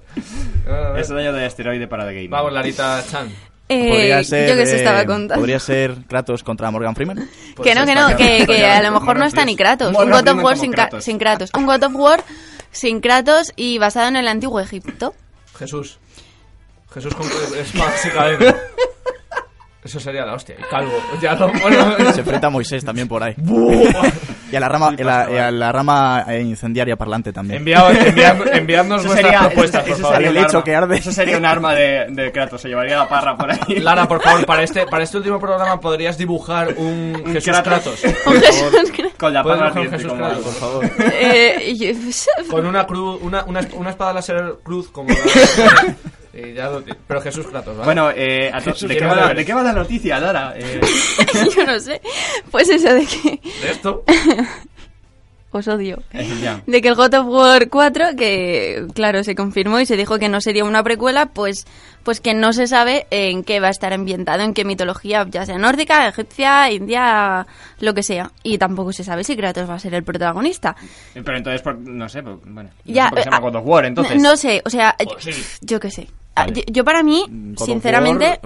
Speaker 5: Ah,
Speaker 3: Es el año de esteroide para The Game.
Speaker 5: Vamos, Larita Chan.
Speaker 7: Eh,
Speaker 9: Pues Podría ser,
Speaker 7: yo que se
Speaker 9: eh,
Speaker 7: estaba contando.
Speaker 9: Podría ser Kratos contra Morgan Freeman.
Speaker 5: Pues
Speaker 7: que no, que
Speaker 5: está claro.
Speaker 7: no, que, que a lo
Speaker 5: Bueno,
Speaker 7: mejor no está
Speaker 9: pues,
Speaker 7: ni Kratos.
Speaker 3: Bueno,
Speaker 7: Un God of
Speaker 3: primo
Speaker 7: War
Speaker 3: como
Speaker 7: sin, Ca-
Speaker 3: Kratos.
Speaker 7: sin Kratos. Un God of War sin Kratos y basado en el antiguo Egipto.
Speaker 5: Jesús. Jesús con es Maxi Cadena. Eso sería la hostia. Y calvo. Ya lo bueno.
Speaker 9: Se enfrenta a Moisés también por ahí.
Speaker 5: Buah.
Speaker 9: Y a la rama, y a la- y a la rama eh, incendiaria parlante también.
Speaker 5: Enviaos- enviad- enviadnos
Speaker 3: Eso
Speaker 5: vuestras
Speaker 3: sería-
Speaker 5: propuestas,
Speaker 3: eso-
Speaker 5: por
Speaker 3: eso
Speaker 5: favor.
Speaker 3: sería
Speaker 9: El
Speaker 3: un
Speaker 9: hecho
Speaker 3: arma.
Speaker 9: que arde.
Speaker 3: Eso sería un arma de, de Kratos, se llevaría la parra por ahí.
Speaker 5: Lara, por favor, para este, para este último programa podrías dibujar un Jesús Kratos.
Speaker 3: Kratos.
Speaker 7: Un Jesús Kratos.
Speaker 3: Con la
Speaker 5: Puedes
Speaker 3: parra
Speaker 5: dibujar un
Speaker 3: ardiente
Speaker 5: Jesús
Speaker 3: como
Speaker 5: Kratos, por favor.
Speaker 7: Eh, y-
Speaker 5: Con una cruz, una, una, una espada láser cruz como la- Y ya lo ti- Pero Jesús Kratos, ¿vale?
Speaker 3: Bueno, eh, a to-
Speaker 5: Jesús,
Speaker 3: ¿de, qué
Speaker 5: no
Speaker 3: va la,
Speaker 5: debes.
Speaker 3: ¿de qué va la noticia, Lara? Eh,
Speaker 7: yo no sé. Pues eso de que
Speaker 5: De esto.
Speaker 7: os odio.
Speaker 3: eh, ya.
Speaker 7: De que el God of War 4, que claro, se confirmó y se dijo que no sería una precuela, pues, pues que no se sabe en qué va a estar ambientado, en qué mitología, ya sea nórdica, egipcia, india, lo que sea. Y tampoco se sabe si Kratos va a ser el protagonista.
Speaker 3: Pero entonces, por- no sé, por- bueno. no
Speaker 7: Ya,
Speaker 3: sé por qué se llama
Speaker 7: eh,
Speaker 3: God of War, entonces. Pues
Speaker 7: No, no sé, o sea,
Speaker 5: Oh, sí.
Speaker 7: yo qué sé. Ah, Yo, yo para mí, sinceramente,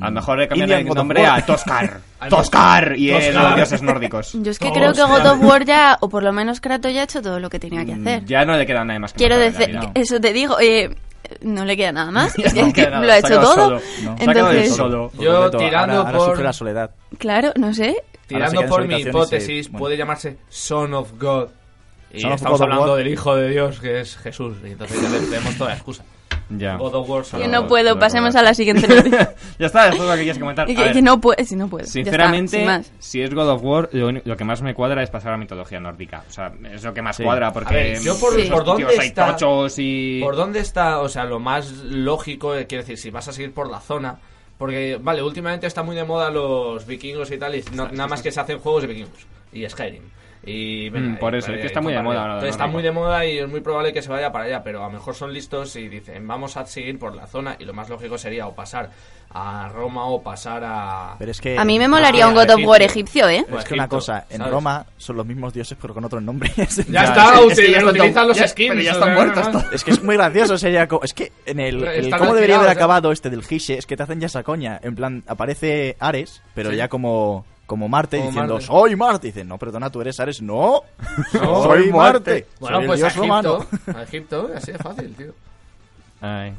Speaker 3: A lo mejor le cambian
Speaker 9: Indian
Speaker 3: el
Speaker 9: God of
Speaker 3: nombre
Speaker 9: War.
Speaker 3: a Toscar.
Speaker 5: Al-
Speaker 3: Toscar y es
Speaker 5: Toscar.
Speaker 3: los dioses nórdicos.
Speaker 7: yo es que
Speaker 5: Oh,
Speaker 7: creo que God
Speaker 5: hostia.
Speaker 7: of War ya, o por lo menos Kratos ya ha hecho todo lo que tenía que hacer.
Speaker 3: Mm, Ya no le queda nada más que
Speaker 7: Quiero
Speaker 3: mejorar,
Speaker 7: decir,
Speaker 3: la verdad.
Speaker 7: eso te digo, eh, no le queda nada más, es que,
Speaker 3: No,
Speaker 7: que
Speaker 3: queda nada,
Speaker 7: lo
Speaker 3: se
Speaker 7: ha
Speaker 3: ha
Speaker 7: hecho
Speaker 3: quedado
Speaker 7: todo.
Speaker 3: solo.
Speaker 9: No.
Speaker 3: Se ha quedado él
Speaker 7: Entonces,
Speaker 3: solo.
Speaker 9: Por
Speaker 5: Yo
Speaker 9: completo,
Speaker 5: tirando
Speaker 9: ahora, ahora
Speaker 5: por-
Speaker 9: sufre la soledad.
Speaker 7: claro, no sé,
Speaker 9: se
Speaker 5: Tirando
Speaker 9: queda en
Speaker 5: por
Speaker 9: su
Speaker 5: mi
Speaker 9: habitación y se-
Speaker 5: hipótesis,
Speaker 9: bueno.
Speaker 5: puede llamarse Son of God. Y
Speaker 9: Son of
Speaker 5: estamos
Speaker 9: God of
Speaker 5: hablando
Speaker 9: War.
Speaker 5: del Hijo de Dios, que es Jesús. Y entonces ya le tenemos toda la excusa.
Speaker 3: Ya.
Speaker 5: God of War, Son
Speaker 7: Que
Speaker 5: of
Speaker 7: no
Speaker 5: God.
Speaker 7: puedo,
Speaker 3: no,
Speaker 7: pasemos
Speaker 3: no.
Speaker 7: a la siguiente noticia.
Speaker 3: Ya está, eso es lo que quieres comentar.
Speaker 7: Y
Speaker 3: A
Speaker 7: que,
Speaker 3: ver.
Speaker 7: que no puedo, si no puedo. ya está,
Speaker 3: Sinceramente,
Speaker 7: sin más.
Speaker 3: si es God of War, lo, uni- lo que más me cuadra es pasar a la mitología nórdica. O sea, es lo que más
Speaker 9: Sí.
Speaker 3: cuadra porque.
Speaker 5: A ver, yo por-
Speaker 3: esos
Speaker 5: por dónde
Speaker 3: tíos ahí
Speaker 5: está-
Speaker 3: tochos y.
Speaker 5: ¿Por dónde está? O sea, lo más lógico, eh, quiero decir, si vas a seguir por la zona. Porque, vale, últimamente está muy de moda los vikingos y tal, y no- nada más que se hacen juegos de vikingos. Y Skyrim. Y, venga,
Speaker 3: Mm, por
Speaker 5: y
Speaker 3: eso,
Speaker 5: para
Speaker 3: es que
Speaker 5: allá,
Speaker 3: está
Speaker 5: y
Speaker 3: muy de
Speaker 5: para
Speaker 3: moda
Speaker 5: allá.
Speaker 3: ahora,
Speaker 5: Entonces,
Speaker 3: ¿no?
Speaker 5: está muy de moda y es muy probable que se vaya para allá, pero a lo mejor son listos y dicen, vamos a seguir por la zona, y lo más lógico sería o pasar a Roma o pasar a...
Speaker 9: Pero es que,
Speaker 7: A mí me
Speaker 9: pero
Speaker 7: molaría
Speaker 5: Ah,
Speaker 7: un God of War
Speaker 5: egipcio.
Speaker 7: egipcio, ¿eh?
Speaker 5: Bueno,
Speaker 9: es que una
Speaker 5: Egipto,
Speaker 9: cosa, en
Speaker 5: Pues, ¿sabes?
Speaker 9: Roma son los mismos dioses pero con otros nombres.
Speaker 5: Ya,
Speaker 3: Ya,
Speaker 5: está,
Speaker 3: es-
Speaker 5: util-
Speaker 3: es que ya están
Speaker 5: utilizan
Speaker 3: tan-
Speaker 5: los
Speaker 3: ya-
Speaker 5: skins.
Speaker 3: pero ya
Speaker 5: o
Speaker 3: están
Speaker 5: sea,
Speaker 3: muertos
Speaker 5: ¿no?
Speaker 9: Es que es muy gracioso, sería co- Es que en el, el
Speaker 5: Están
Speaker 9: cómo debería haber
Speaker 5: retirados, ¿eh?
Speaker 9: acabado este del Gise es que te hacen ya esa coña. En plan, aparece Ares, pero ya como, como Marte
Speaker 5: Como
Speaker 9: diciendo,
Speaker 5: Marte.
Speaker 9: soy Marte. Dicen, no, perdona, tú eres Ares. No,
Speaker 5: No,
Speaker 9: soy Marte.
Speaker 5: Bueno,
Speaker 9: soy el
Speaker 5: pues a
Speaker 9: dios romano.
Speaker 5: Egipto, a Egipto, eh, así de fácil, tío.
Speaker 3: Ay.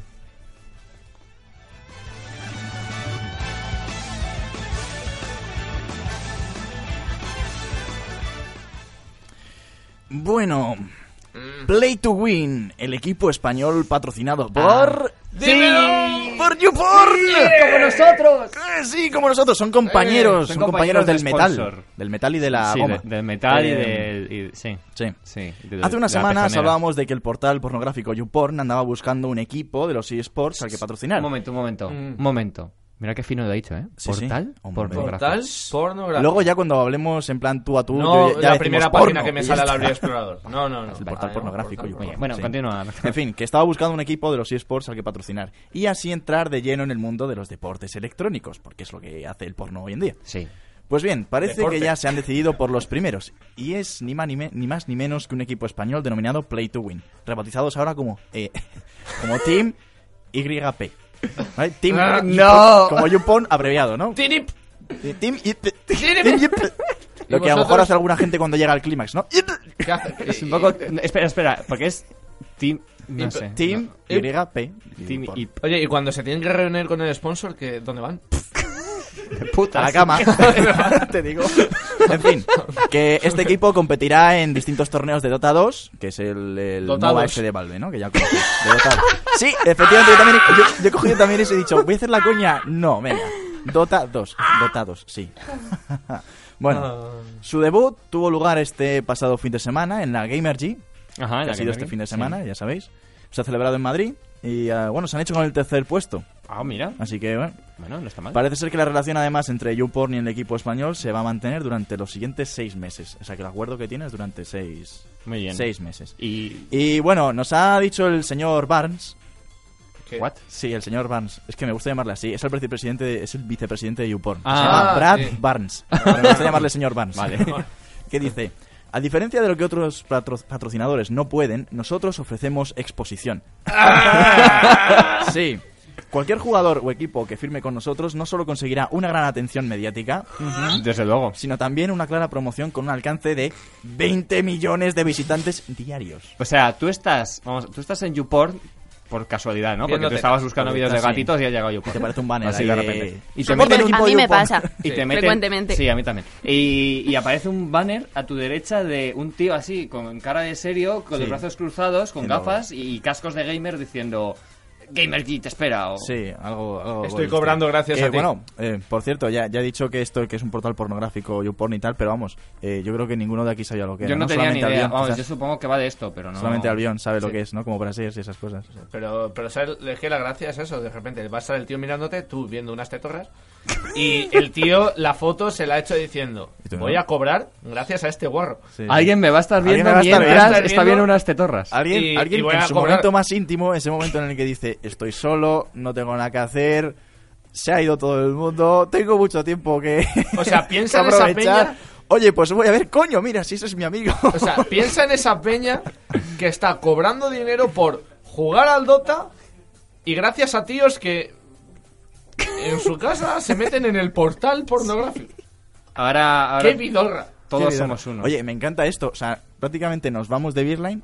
Speaker 9: Bueno, Play to Win, el equipo español patrocinado por... ¡Por YouPorn! ¡Como nosotros! sí, como nosotros, son compañeros,
Speaker 3: Eh,
Speaker 9: son
Speaker 3: son
Speaker 9: compañeros
Speaker 3: compañeros de
Speaker 9: del metal.
Speaker 3: sponsor.
Speaker 9: Del metal y de la
Speaker 3: sí,
Speaker 9: goma.
Speaker 3: de- del metal y
Speaker 9: Eh,
Speaker 3: del. y- sí.
Speaker 9: Sí.
Speaker 3: sí y de-
Speaker 9: Hace
Speaker 3: de
Speaker 9: unas
Speaker 3: la
Speaker 9: semanas
Speaker 3: pezonera.
Speaker 9: hablábamos de que el portal pornográfico YouPorn andaba buscando un equipo de los eSports al que patrocinar.
Speaker 3: Un momento, un momento.
Speaker 5: Mm.
Speaker 3: Un momento. Mira qué fino lo he dicho, ¿eh?
Speaker 9: Sí, sí.
Speaker 3: Portal.
Speaker 9: Hombre.
Speaker 5: Portal
Speaker 3: pornográfico.
Speaker 5: pornográfico.
Speaker 9: Luego ya cuando hablemos en plan tú a tú,
Speaker 5: No,
Speaker 9: yo ya- ya
Speaker 5: la
Speaker 9: decimos
Speaker 5: primera
Speaker 9: porno,
Speaker 5: página que me
Speaker 9: y ya
Speaker 5: sale al
Speaker 9: está.
Speaker 5: abrir explorador. No, no, no.
Speaker 9: El portal
Speaker 5: Vale,
Speaker 9: pornográfico
Speaker 5: portal
Speaker 9: YouPorn.
Speaker 3: Oye, bueno,
Speaker 9: sí.
Speaker 3: continúa.
Speaker 9: En fin, que estaba buscando un equipo de los eSports al que patrocinar y así entrar de lleno en el mundo de los deportes electrónicos, porque es lo que hace el porno hoy en día.
Speaker 3: Sí.
Speaker 9: Pues bien, parece
Speaker 5: Deporte.
Speaker 9: que ya se han decidido por los primeros y es ni más ni, me- ni más ni menos que un equipo español denominado Play to Win, rebautizados ahora como eh, como Team YP. ¿Vale? Team
Speaker 5: Ah,
Speaker 9: no. como YouPorn abreviado, ¿no?
Speaker 5: Tinip.
Speaker 9: Team YP. Team YP. Lo
Speaker 5: ¿Y
Speaker 9: que a lo mejor
Speaker 5: vosotros?
Speaker 9: hace alguna gente cuando llega al clímax, ¿no?
Speaker 5: ¿Qué hace?
Speaker 3: Es un poco. Espera, espera, porque es. Team. No sé.
Speaker 9: Team YP.
Speaker 3: Team
Speaker 9: YouPorn.
Speaker 3: y
Speaker 5: Oye, y cuando se tienen que reunir con el sponsor, que ¿dónde van?
Speaker 9: a la cama. Te digo. En fin, que este equipo competirá en distintos torneos de Dota 2, que es el, el
Speaker 5: Dota
Speaker 9: MOBA
Speaker 5: 2.
Speaker 9: ese de Valve, ¿no? Que ya conoces. De Dota 2. Sí, efectivamente, yo también he- yo, yo he cogido también eso y he dicho, voy a hacer la coña. No, venga. Dota 2. Dota 2, sí. Bueno, su debut tuvo lugar este pasado fin de semana en la Gamergy,
Speaker 3: Ajá, la
Speaker 9: que ha
Speaker 3: que
Speaker 9: sido
Speaker 3: me
Speaker 9: este
Speaker 3: vi.
Speaker 9: fin de semana, ya sabéis. se ha celebrado en Madrid y ah, bueno, se han hecho con el tercer puesto.
Speaker 3: Ah, mira.
Speaker 9: Así que bueno,
Speaker 3: Bueno, no está mal.
Speaker 9: parece ser que la relación además entre YouPorn y el equipo español se va a mantener durante los siguientes seis meses. O sea que el acuerdo que tienes durante seis,
Speaker 3: Muy bien.
Speaker 9: seis meses.
Speaker 3: Y.
Speaker 9: Y bueno, nos ha dicho el señor Barnes.
Speaker 3: ¿What?
Speaker 9: Sí, el señor Barnes. Es que me gusta llamarle así. Es el vicepresidente, es el vicepresidente de YouPorn. Se
Speaker 5: Ah,
Speaker 9: llama Brad
Speaker 5: sí.
Speaker 9: Barnes. Me gusta llamarle señor Barnes.
Speaker 3: Vale.
Speaker 9: que dice, a diferencia de lo que otros patro- patrocinadores no pueden, nosotros ofrecemos exposición.
Speaker 5: Ah.
Speaker 9: sí. Cualquier jugador o equipo que firme con nosotros no solo conseguirá una gran atención mediática,
Speaker 3: Desde luego.
Speaker 9: sino también una clara promoción con un alcance de 20 millones de visitantes diarios.
Speaker 3: O sea, tú estás. Vamos, tú estás en YouPorn por casualidad, ¿no? Porque
Speaker 5: Viéndote.
Speaker 3: te estabas buscando
Speaker 9: Sí.
Speaker 3: vídeos de gatitos y ha llegado YouPorn.
Speaker 9: Te parece un banner
Speaker 3: Así
Speaker 9: ahí
Speaker 3: de
Speaker 9: de-
Speaker 3: repente. Y te
Speaker 9: Soporte
Speaker 3: meten
Speaker 9: el equipo
Speaker 7: A mí
Speaker 9: de
Speaker 7: me
Speaker 9: Dupont.
Speaker 7: pasa.
Speaker 3: Y
Speaker 5: Sí.
Speaker 3: te meten-
Speaker 7: Frecuentemente.
Speaker 3: Sí, a mí también. Y, y aparece un banner a tu derecha de un tío así, con cara de serio, con los
Speaker 9: Sí.
Speaker 3: brazos cruzados, con
Speaker 9: Sí, lo-
Speaker 3: gafas y cascos de gamer diciendo: Gamer G, te espera. O...
Speaker 9: Sí, algo. algo
Speaker 5: Estoy
Speaker 9: bueno,
Speaker 5: cobrando
Speaker 9: sí.
Speaker 5: gracias
Speaker 9: Eh,
Speaker 5: a ti.
Speaker 9: Bueno, eh, por cierto, ya, ya he dicho que esto que es un portal pornográfico, YouPorn y tal, pero vamos, eh, yo creo que ninguno de aquí sabía lo que
Speaker 3: Yo
Speaker 9: era.
Speaker 3: no, tenía ni
Speaker 9: Solamente
Speaker 3: idea.
Speaker 9: Albion,
Speaker 3: Vamos,
Speaker 9: quizás-
Speaker 3: yo supongo que va de esto, pero no.
Speaker 9: Solamente Albión sabe lo
Speaker 5: Sí.
Speaker 9: que es, ¿no? Como brasiers y esas cosas.
Speaker 5: Pero, pero ¿sabes? es que la gracia es eso, de repente va a estar el tío mirándote, tú viendo unas tetorras, y el tío la foto se la ha hecho diciendo,
Speaker 9: ¿Y tú no?
Speaker 5: voy a cobrar gracias a este guarro.
Speaker 9: Sí.
Speaker 3: Alguien me va a estar
Speaker 9: Alguien
Speaker 3: viendo
Speaker 9: me va a estar
Speaker 3: mientras
Speaker 5: viendo.
Speaker 3: está viendo unas tetorras.
Speaker 9: Alguien,
Speaker 5: Y-
Speaker 9: alguien
Speaker 5: y voy
Speaker 9: en
Speaker 5: a
Speaker 9: su
Speaker 5: cobrar.
Speaker 9: momento más íntimo, ese momento en el que dice, estoy solo, no tengo nada que hacer, se ha ido todo el mundo, tengo mucho tiempo que
Speaker 5: O sea, piensa en
Speaker 9: que
Speaker 5: esa
Speaker 9: aprovechar.
Speaker 5: peña.
Speaker 9: Oye, pues voy a ver, coño, mira, si ese es mi amigo.
Speaker 5: O sea, piensa en esa peña que está cobrando dinero por jugar al Dota y gracias a tíos que en su casa se meten en el portal pornográfico.
Speaker 3: Ahora. ahora
Speaker 5: ¡Qué vidorra!
Speaker 3: Todos
Speaker 9: Qué
Speaker 3: somos
Speaker 9: bizarro.
Speaker 3: uno.
Speaker 9: Oye, me encanta esto, o sea, prácticamente nos vamos de Beerline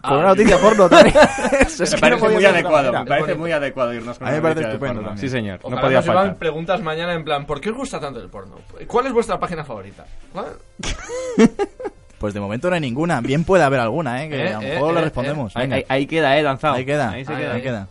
Speaker 9: con
Speaker 5: Ah,
Speaker 9: una noticia porno también. Es que
Speaker 3: me parece
Speaker 9: no
Speaker 3: muy
Speaker 9: podía ser de otra
Speaker 3: adecuado.
Speaker 9: manera.
Speaker 3: Me parece
Speaker 5: bonito.
Speaker 3: muy adecuado irnos con
Speaker 9: A mí
Speaker 3: una
Speaker 9: me parece
Speaker 3: noticia de
Speaker 9: estupendo
Speaker 3: porno.
Speaker 9: también.
Speaker 3: Sí, señor.
Speaker 5: Ojalá
Speaker 3: no podía
Speaker 5: nos llevan
Speaker 3: faltar.
Speaker 5: preguntas mañana en plan, ¿por qué os gusta tanto el porno? ¿Cuál es vuestra página favorita? Ah, ¿Cuál?
Speaker 9: Pues de momento no hay ninguna, bien puede haber alguna, ¿eh? Que
Speaker 5: Eh,
Speaker 9: a lo
Speaker 5: eh,
Speaker 9: mejor la
Speaker 5: eh,
Speaker 9: respondemos.
Speaker 3: Ahí,
Speaker 9: Venga.
Speaker 3: ahí- ahí queda, eh, lanzado.
Speaker 9: Ahí queda,
Speaker 3: Ahí se
Speaker 5: Ahí,
Speaker 3: queda.
Speaker 9: ahí queda.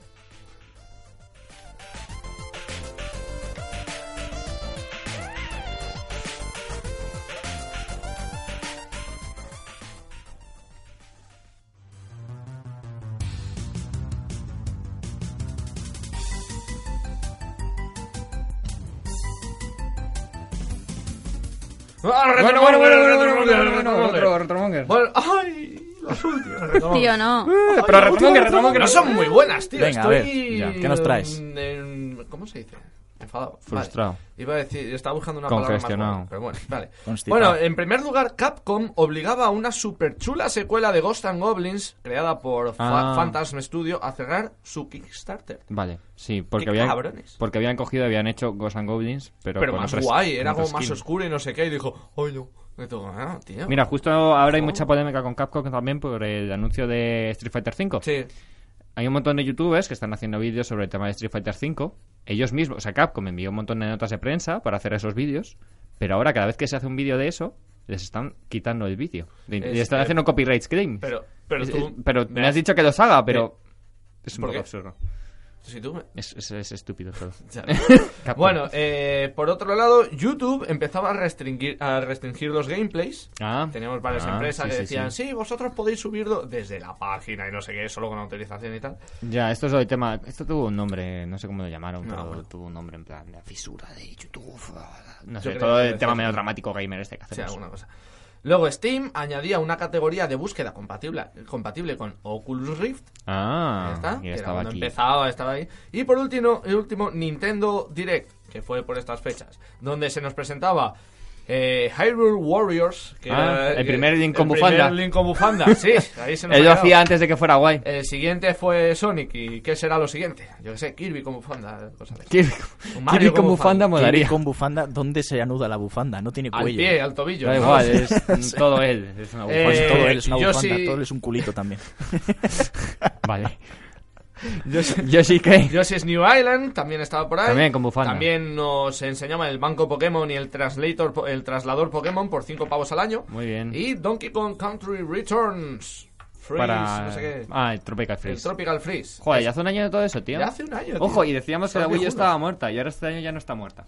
Speaker 5: Bueno,
Speaker 3: Bueno, bueno, bueno, bueno, bueno, bueno, otro retromonger.
Speaker 5: Bueno, ¡Ay! Las últimas.
Speaker 7: Tío, no.
Speaker 3: Pero retromonger,
Speaker 5: que
Speaker 3: retromonger.
Speaker 5: no son muy buenas, tío.
Speaker 9: Venga, a
Speaker 5: Estoy...
Speaker 9: ver, ya, ¿qué nos traes?
Speaker 5: en- en- ¿Cómo se dice? Enfadado. Vale.
Speaker 3: Frustrado.
Speaker 5: Iba a decir, estaba buscando una palabra más
Speaker 3: Congestionado.
Speaker 5: buena, pero bueno, vale.
Speaker 9: Constipado.
Speaker 5: Bueno, en primer lugar, Capcom obligaba a una superchula secuela de Ghost and Goblins, creada por Fa-
Speaker 3: Ah.
Speaker 5: Phantasm Studio, a cerrar su Kickstarter.
Speaker 3: Vale, sí, porque
Speaker 5: Qué
Speaker 3: habían,
Speaker 5: cabrones.
Speaker 3: porque habían cogido y habían hecho Ghosts and Goblins, pero,
Speaker 5: Pero
Speaker 3: con
Speaker 5: más
Speaker 3: otras-
Speaker 5: guay,
Speaker 3: con
Speaker 5: era
Speaker 3: otras
Speaker 5: como más
Speaker 3: skins.
Speaker 5: oscuro y no sé qué, y dijo, ¡ay no! Y todo, ah, tío.
Speaker 3: Mira, justo ahora hay mucha polémica con Capcom también por el anuncio de Street Fighter V.
Speaker 5: Sí.
Speaker 3: Hay un montón de youtubers que están haciendo vídeos sobre el tema de Street Fighter V. Ellos mismos, o sea, Capcom envió un montón de notas de prensa para hacer esos vídeos, pero ahora cada vez que se hace un vídeo de eso, les están quitando el vídeo. Le, le
Speaker 5: Es-
Speaker 3: están
Speaker 5: eh,
Speaker 3: haciendo copyright claims.
Speaker 5: Pero, pero
Speaker 3: Es-
Speaker 5: tú...
Speaker 3: es- Eh, pero me
Speaker 5: das-
Speaker 3: has dicho que los haga, pero... Es un
Speaker 5: ¿Por
Speaker 3: poco
Speaker 5: qué?
Speaker 3: absurdo.
Speaker 5: Si tú me-
Speaker 3: Es, es- es estúpido todo.
Speaker 5: Ya.
Speaker 3: Capcom.
Speaker 5: bueno, eh, por otro lado, YouTube empezaba a restringir, a restringir los gameplays.
Speaker 3: Ah.
Speaker 5: Teníamos varias
Speaker 3: Ah,
Speaker 5: empresas
Speaker 3: sí,
Speaker 5: que
Speaker 3: sí,
Speaker 5: decían, sí. vosotros podéis subirlo desde la página y no sé qué, solo con autorización y tal.
Speaker 3: Ya, esto es el tema. Esto tuvo un nombre, no sé cómo lo llamaron,
Speaker 5: No,
Speaker 3: pero
Speaker 5: bueno.
Speaker 3: tuvo un nombre en plan la fisura de YouTube. ah, No
Speaker 5: Yo
Speaker 3: sé,
Speaker 5: creo
Speaker 3: todo
Speaker 5: que
Speaker 3: el
Speaker 5: debe
Speaker 3: tema
Speaker 5: ser.
Speaker 3: medio dramático gamer este que
Speaker 5: Sí,
Speaker 3: hacemos.
Speaker 5: alguna cosa. Luego Steam añadía una categoría de búsqueda compatible, compatible con Oculus Rift.
Speaker 3: Ah,
Speaker 5: ya está,
Speaker 3: ya
Speaker 5: que era
Speaker 3: estaba
Speaker 5: cuando
Speaker 3: aquí.
Speaker 5: empezaba, estaba ahí. Y por último, el último, Nintendo Direct, que fue por estas fechas, donde se nos presentaba eh, Hyrule Warriors, que
Speaker 3: Ah,
Speaker 5: era-
Speaker 3: el
Speaker 5: que-
Speaker 3: primer Link con
Speaker 5: el
Speaker 3: bufanda.
Speaker 5: primer Link con bufanda, sí, ahí se nos
Speaker 3: Él lo
Speaker 5: ha quedado.
Speaker 3: hacía antes de que fuera guay.
Speaker 5: El siguiente fue Sonic, ¿y qué será lo siguiente? Yo qué sé, Kirby con bufanda, cosas de esas.
Speaker 3: Kirby,
Speaker 5: Un Mario
Speaker 3: Kirby con
Speaker 5: con
Speaker 3: bufanda
Speaker 5: bufanda.
Speaker 3: molaría.
Speaker 9: Con bufanda, ¿dónde se anuda la bufanda? No tiene
Speaker 5: Al
Speaker 9: cuello.
Speaker 5: pie, al tobillo.
Speaker 3: Da
Speaker 5: ¿no?
Speaker 3: igual, eh. es todo él. Es una
Speaker 5: Eh,
Speaker 3: bufanda.
Speaker 9: Pues todo él es una
Speaker 5: yo
Speaker 9: bufanda,
Speaker 5: sí-
Speaker 9: todo él es un culito también.
Speaker 3: Vale. Yo, sí que.
Speaker 5: Yoshi's New Island también estaba por ahí.
Speaker 3: También con bufanda.
Speaker 5: También nos enseñaban el banco Pokémon y el translator, po- el traslador Pokémon por 5 pavos al año.
Speaker 3: Muy bien.
Speaker 5: Y Donkey Kong Country Returns. Freeze,
Speaker 3: Para...
Speaker 5: no sé qué.
Speaker 3: Ah, el Tropical
Speaker 5: el
Speaker 3: Freeze.
Speaker 5: Tropical Freeze.
Speaker 3: Joder,
Speaker 5: Es-
Speaker 3: ya hace un año de todo eso, tío.
Speaker 5: ya hace un año.
Speaker 3: Ojo,
Speaker 5: tío.
Speaker 3: y decíamos que
Speaker 5: Son
Speaker 3: la Wii U
Speaker 5: viejunos. Pues
Speaker 3: estaba muerta y ahora este año ya no está muerta.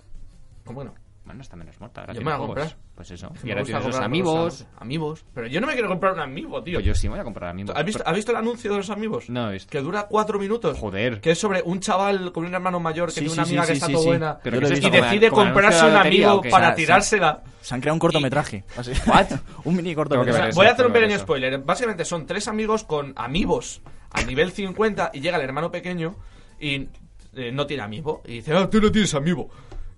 Speaker 5: ¿Cómo que no?
Speaker 3: Bueno, está menos muerta. ahora
Speaker 5: Yo
Speaker 3: tiene
Speaker 5: me la
Speaker 3: juegos.
Speaker 5: compré.
Speaker 3: Pues eso.
Speaker 5: Que
Speaker 3: Y
Speaker 5: me
Speaker 3: ahora
Speaker 5: gusta
Speaker 3: tienes los
Speaker 5: comprar
Speaker 3: amigos.
Speaker 5: cosas. Amigos. Pero yo no me quiero comprar un amigo, tío.
Speaker 3: Pues yo sí me voy a comprar amigos.
Speaker 5: ¿Has visto, has visto el anuncio de los amigos?
Speaker 3: No he visto.
Speaker 5: Que dura cuatro minutos.
Speaker 3: Joder.
Speaker 5: Que es sobre un chaval con un hermano mayor que
Speaker 9: Sí,
Speaker 5: tiene
Speaker 9: sí,
Speaker 5: una amiga
Speaker 9: sí,
Speaker 5: que
Speaker 9: sí,
Speaker 5: está
Speaker 9: sí,
Speaker 5: todo
Speaker 9: sí.
Speaker 5: buena.
Speaker 9: Yo
Speaker 3: Pero
Speaker 9: lo he
Speaker 3: que es
Speaker 9: visto.
Speaker 5: Y
Speaker 3: esto, como-
Speaker 5: decide
Speaker 3: como anuncio de
Speaker 5: comprarse un
Speaker 3: lotería, ¿o
Speaker 5: amigo
Speaker 3: qué?
Speaker 5: para
Speaker 9: O sea,
Speaker 5: tirársela.
Speaker 9: Se han creado un cortometraje. Así. un mini
Speaker 3: Tengo que ver
Speaker 9: cortometraje.
Speaker 3: eso.
Speaker 5: Voy a
Speaker 3: tengo
Speaker 5: hacer un
Speaker 3: que ver
Speaker 5: pequeño
Speaker 3: eso.
Speaker 5: spoiler. Básicamente son tres amigos con amigos a nivel 50 y llega el hermano pequeño y eh, no tiene amigo. Y dice, ah, tú no tienes amigo.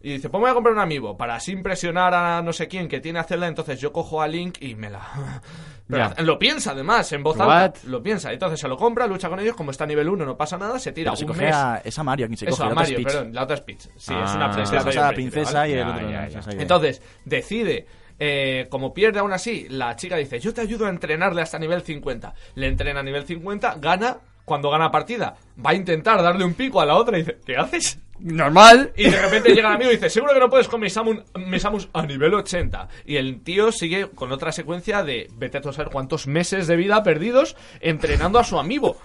Speaker 5: Y dice, pues me voy a comprar un amigo para así impresionar a no sé quién que tiene a Zelda. Entonces yo cojo a Link y me la... Pero
Speaker 3: Ya.
Speaker 5: lo piensa además, en voz alta.
Speaker 3: What?
Speaker 5: Lo piensa. Entonces se lo compra, lucha con ellos. Como está a nivel 1 no pasa nada, se tira
Speaker 9: Pero se
Speaker 5: un
Speaker 9: coge
Speaker 5: mes.
Speaker 9: a, es a Mario quien se
Speaker 5: Eso,
Speaker 9: coge,
Speaker 5: a
Speaker 9: la otra
Speaker 5: Mario,
Speaker 9: es Peach.
Speaker 5: perdón, la otra es Peach. Sí,
Speaker 3: Ah.
Speaker 5: es una
Speaker 9: Es
Speaker 5: princesa.
Speaker 9: la
Speaker 5: y
Speaker 9: cosa
Speaker 5: un
Speaker 9: de la
Speaker 5: príncipe,
Speaker 9: princesa
Speaker 5: ¿vale?
Speaker 9: y el
Speaker 3: Ya,
Speaker 9: otro.
Speaker 3: ya,
Speaker 9: la
Speaker 3: ya.
Speaker 9: princesa y el-
Speaker 5: Entonces, decide, eh, como pierde aún así, la chica dice, yo te ayudo a entrenarle hasta nivel 50. Le entrena a nivel 50, gana, cuando gana partida, va a intentar darle un pico a la otra y dice, ¿qué haces?
Speaker 3: Normal.
Speaker 5: Y de repente llega el amigo y dice, seguro que no puedes con mis, Samun- mis Samus a nivel 80. Y el tío sigue con otra secuencia de, vete a saber cuántos meses de vida perdidos entrenando a su amigo.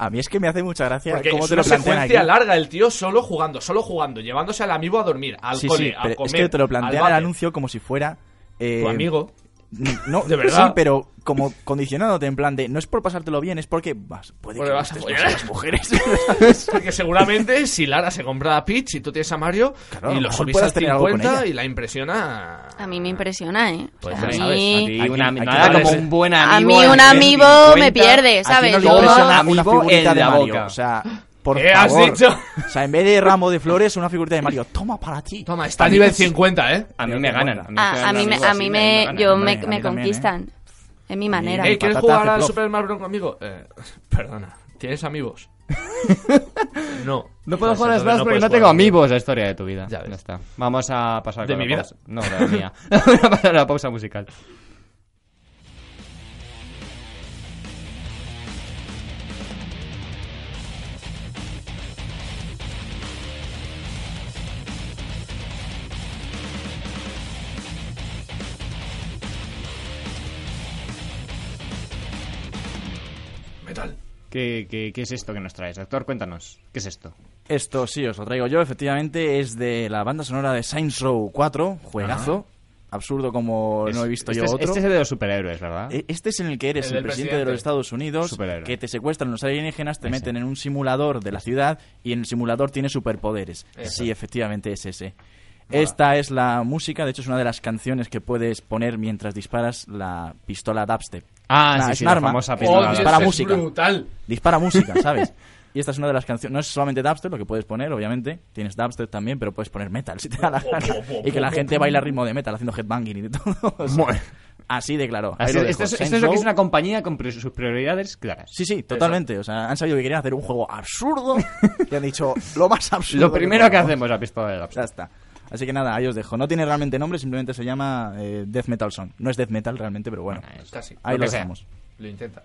Speaker 9: A mí es que me hace mucha gracia
Speaker 5: Porque
Speaker 9: cómo
Speaker 5: es
Speaker 9: te lo
Speaker 5: una
Speaker 9: plantean aquí.
Speaker 5: secuencia larga, el tío solo jugando, solo jugando, llevándose al amigo a dormir, al
Speaker 9: Sí,
Speaker 5: cole,
Speaker 9: sí,
Speaker 5: a
Speaker 9: pero
Speaker 5: comer.
Speaker 9: es que te lo
Speaker 5: al
Speaker 9: plantean el
Speaker 5: váter.
Speaker 9: anuncio como si fuera... eh,
Speaker 5: Tu amigo.
Speaker 9: No,
Speaker 5: De verdad.
Speaker 9: Sí, pero como condicionándote en plan de no es por pasártelo bien, es porque vas, puede
Speaker 5: Porque Pues
Speaker 9: que
Speaker 5: vas a
Speaker 9: gustes
Speaker 5: follar.
Speaker 9: más a las mujeres.
Speaker 5: Porque seguramente si Lara se compra a Peach y tú tienes a Mario
Speaker 9: Claro, a
Speaker 5: y
Speaker 9: lo
Speaker 5: lo
Speaker 9: mejor
Speaker 5: subís
Speaker 9: puedas
Speaker 5: al
Speaker 9: tener algo con
Speaker 5: 50
Speaker 9: ella.
Speaker 5: y la impresiona.
Speaker 7: A mí me impresiona, ¿eh? O
Speaker 5: Pues
Speaker 7: sea,
Speaker 5: hombre,
Speaker 7: a
Speaker 5: ¿sabes?
Speaker 7: mí,
Speaker 3: Y
Speaker 9: Aquí-
Speaker 3: una,
Speaker 9: aquí
Speaker 3: nada
Speaker 9: no
Speaker 3: como
Speaker 9: les-
Speaker 3: un buen
Speaker 7: a
Speaker 3: amigo.
Speaker 7: mí un
Speaker 3: en
Speaker 7: amigo
Speaker 3: 50.
Speaker 7: me pierde,
Speaker 9: A ti
Speaker 7: ¿sabes?
Speaker 9: no le
Speaker 7: Yo-
Speaker 9: impresiona una
Speaker 3: amigo
Speaker 9: figurita
Speaker 3: en
Speaker 9: de
Speaker 3: la
Speaker 9: Mario.
Speaker 3: boca.
Speaker 9: O sea, por
Speaker 5: ¿Qué has
Speaker 9: favor.
Speaker 5: dicho?
Speaker 9: O sea, en vez de ramo de flores, una figurita de Mario. Toma para ti.
Speaker 5: Toma, está a nivel 50, ¿eh?
Speaker 3: A mí me ganan. A mí,
Speaker 7: Ah, a, mí me, a mí me, yo me,
Speaker 9: hombre,
Speaker 7: me
Speaker 9: a mí también,
Speaker 7: conquistan. Es mi manera.
Speaker 5: Hey, ¿Quieres
Speaker 9: patata
Speaker 5: jugar
Speaker 9: hace
Speaker 5: al
Speaker 9: plof.
Speaker 5: Super Mario Bros. conmigo? Eh, perdona, ¿tienes amigos? no.
Speaker 3: No puedo jugar a Smash porque
Speaker 5: puedes
Speaker 3: no tengo
Speaker 5: jugar.
Speaker 3: amigos. La historia de tu vida.
Speaker 5: Ya ves.
Speaker 3: Ya está. Vamos a pasar
Speaker 5: ¿De
Speaker 3: con
Speaker 5: mi
Speaker 3: la
Speaker 5: vida?
Speaker 3: pausa. No, de la mía. Vamos a pasar a la pausa musical.
Speaker 5: Metal.
Speaker 3: ¿Qué, qué, ¿Qué es esto que nos traes, doctor? Cuéntanos. ¿Qué es esto?
Speaker 9: Esto sí, os lo traigo yo. Efectivamente, es de la banda sonora de Saints Row 4. Juegazo. Absurdo como
Speaker 3: Es-
Speaker 9: no he visto
Speaker 3: este
Speaker 9: yo
Speaker 3: es,
Speaker 9: otro.
Speaker 3: Este es el de los superhéroes, ¿verdad?
Speaker 9: E- Este es en el que eres
Speaker 5: El
Speaker 9: el,
Speaker 5: del
Speaker 9: presidente,
Speaker 5: presidente.
Speaker 9: de los Estados Unidos,
Speaker 3: Superhéroe.
Speaker 9: que te secuestran los alienígenas, te
Speaker 3: Ese.
Speaker 9: meten en un simulador de la ciudad y en el simulador tiene superpoderes.
Speaker 5: Ese.
Speaker 9: Sí, efectivamente es ese. Esta es la música, de hecho es una de las canciones que puedes poner mientras disparas la pistola dubstep.
Speaker 3: Ah,
Speaker 9: Nah,
Speaker 3: sí,
Speaker 9: es
Speaker 3: sí,
Speaker 9: un
Speaker 3: la
Speaker 9: arma.
Speaker 3: famosa
Speaker 9: Oh,
Speaker 3: pistola.
Speaker 9: Dios, Dispara
Speaker 5: es
Speaker 9: música.
Speaker 5: brutal.
Speaker 9: Dispara música, ¿sabes? Y esta es una de las canciones, no es solamente dubstep lo que puedes poner, obviamente, tienes dubstep también, pero puedes poner metal si te da la gana y que la gente baile al ritmo de metal haciendo headbanging y de todo. O sea, Así declaró.
Speaker 3: Así- esto es, esto es Ah, lo que es una compañía con pri- sus prioridades claras.
Speaker 9: Sí, sí, totalmente. O sea, han sabido que querían hacer un juego absurdo y han dicho lo más absurdo.
Speaker 3: Lo primero que
Speaker 9: podamos.
Speaker 3: hacemos la pistola de
Speaker 9: Ya
Speaker 3: Dubstep.
Speaker 9: está. Así que nada, ahí os dejo. No tiene realmente nombre, simplemente se llama eh, Death Metal Song. No es Death Metal realmente, pero bueno.
Speaker 3: Bueno, es-
Speaker 5: Casi.
Speaker 9: Ahí
Speaker 3: lo
Speaker 9: lo
Speaker 3: que sea.
Speaker 9: dejamos.
Speaker 5: Lo intenta.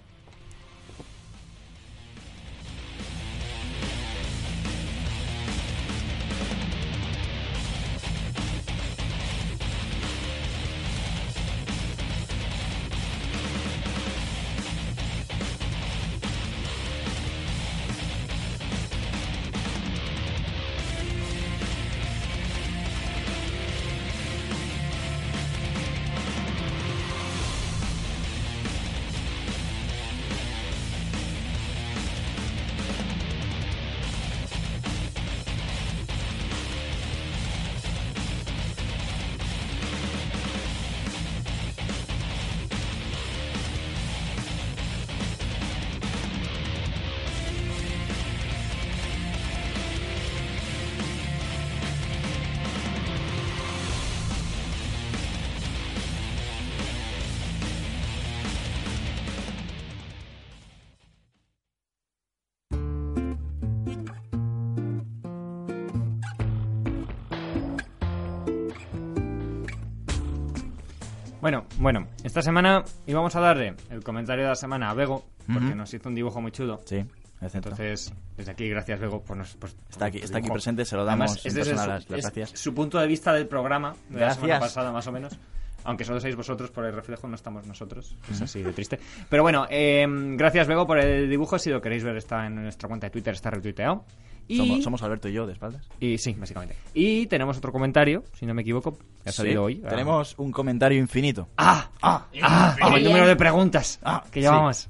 Speaker 3: Bueno, bueno, esta semana íbamos a darle el comentario de la semana a Bego, porque
Speaker 9: Ujú.
Speaker 3: nos hizo un dibujo muy chulo.
Speaker 9: Sí, exacto.
Speaker 3: Entonces, desde aquí, gracias Bego por nos. por-
Speaker 9: Está aquí-
Speaker 3: por tu
Speaker 9: está aquí
Speaker 3: dibujo.
Speaker 9: presente, se lo damos en
Speaker 3: es desde
Speaker 9: persona
Speaker 3: su-
Speaker 9: las- las
Speaker 3: es
Speaker 9: gracias.
Speaker 3: su punto de vista del programa de la semana
Speaker 9: Gracias.
Speaker 3: pasada, más o menos. Aunque solo sois vosotros por el reflejo, no estamos nosotros. Es así de triste. em, Pero bueno, eh, gracias Bego por el dibujo. Si lo queréis ver, está en nuestra cuenta de Twitter, está retuiteado. Y,
Speaker 9: Somos, somos Alberto y yo de espaldas.
Speaker 3: y sí, básicamente. Y tenemos otro comentario, si no me equivoco, que ha salido
Speaker 9: Sí,
Speaker 3: hoy. Ah.
Speaker 9: Tenemos un comentario infinito.
Speaker 3: ¡Ah! ¡Ah! ¡Ah! Como el número de preguntas
Speaker 9: Ah,
Speaker 3: que
Speaker 9: sí.
Speaker 3: llevamos.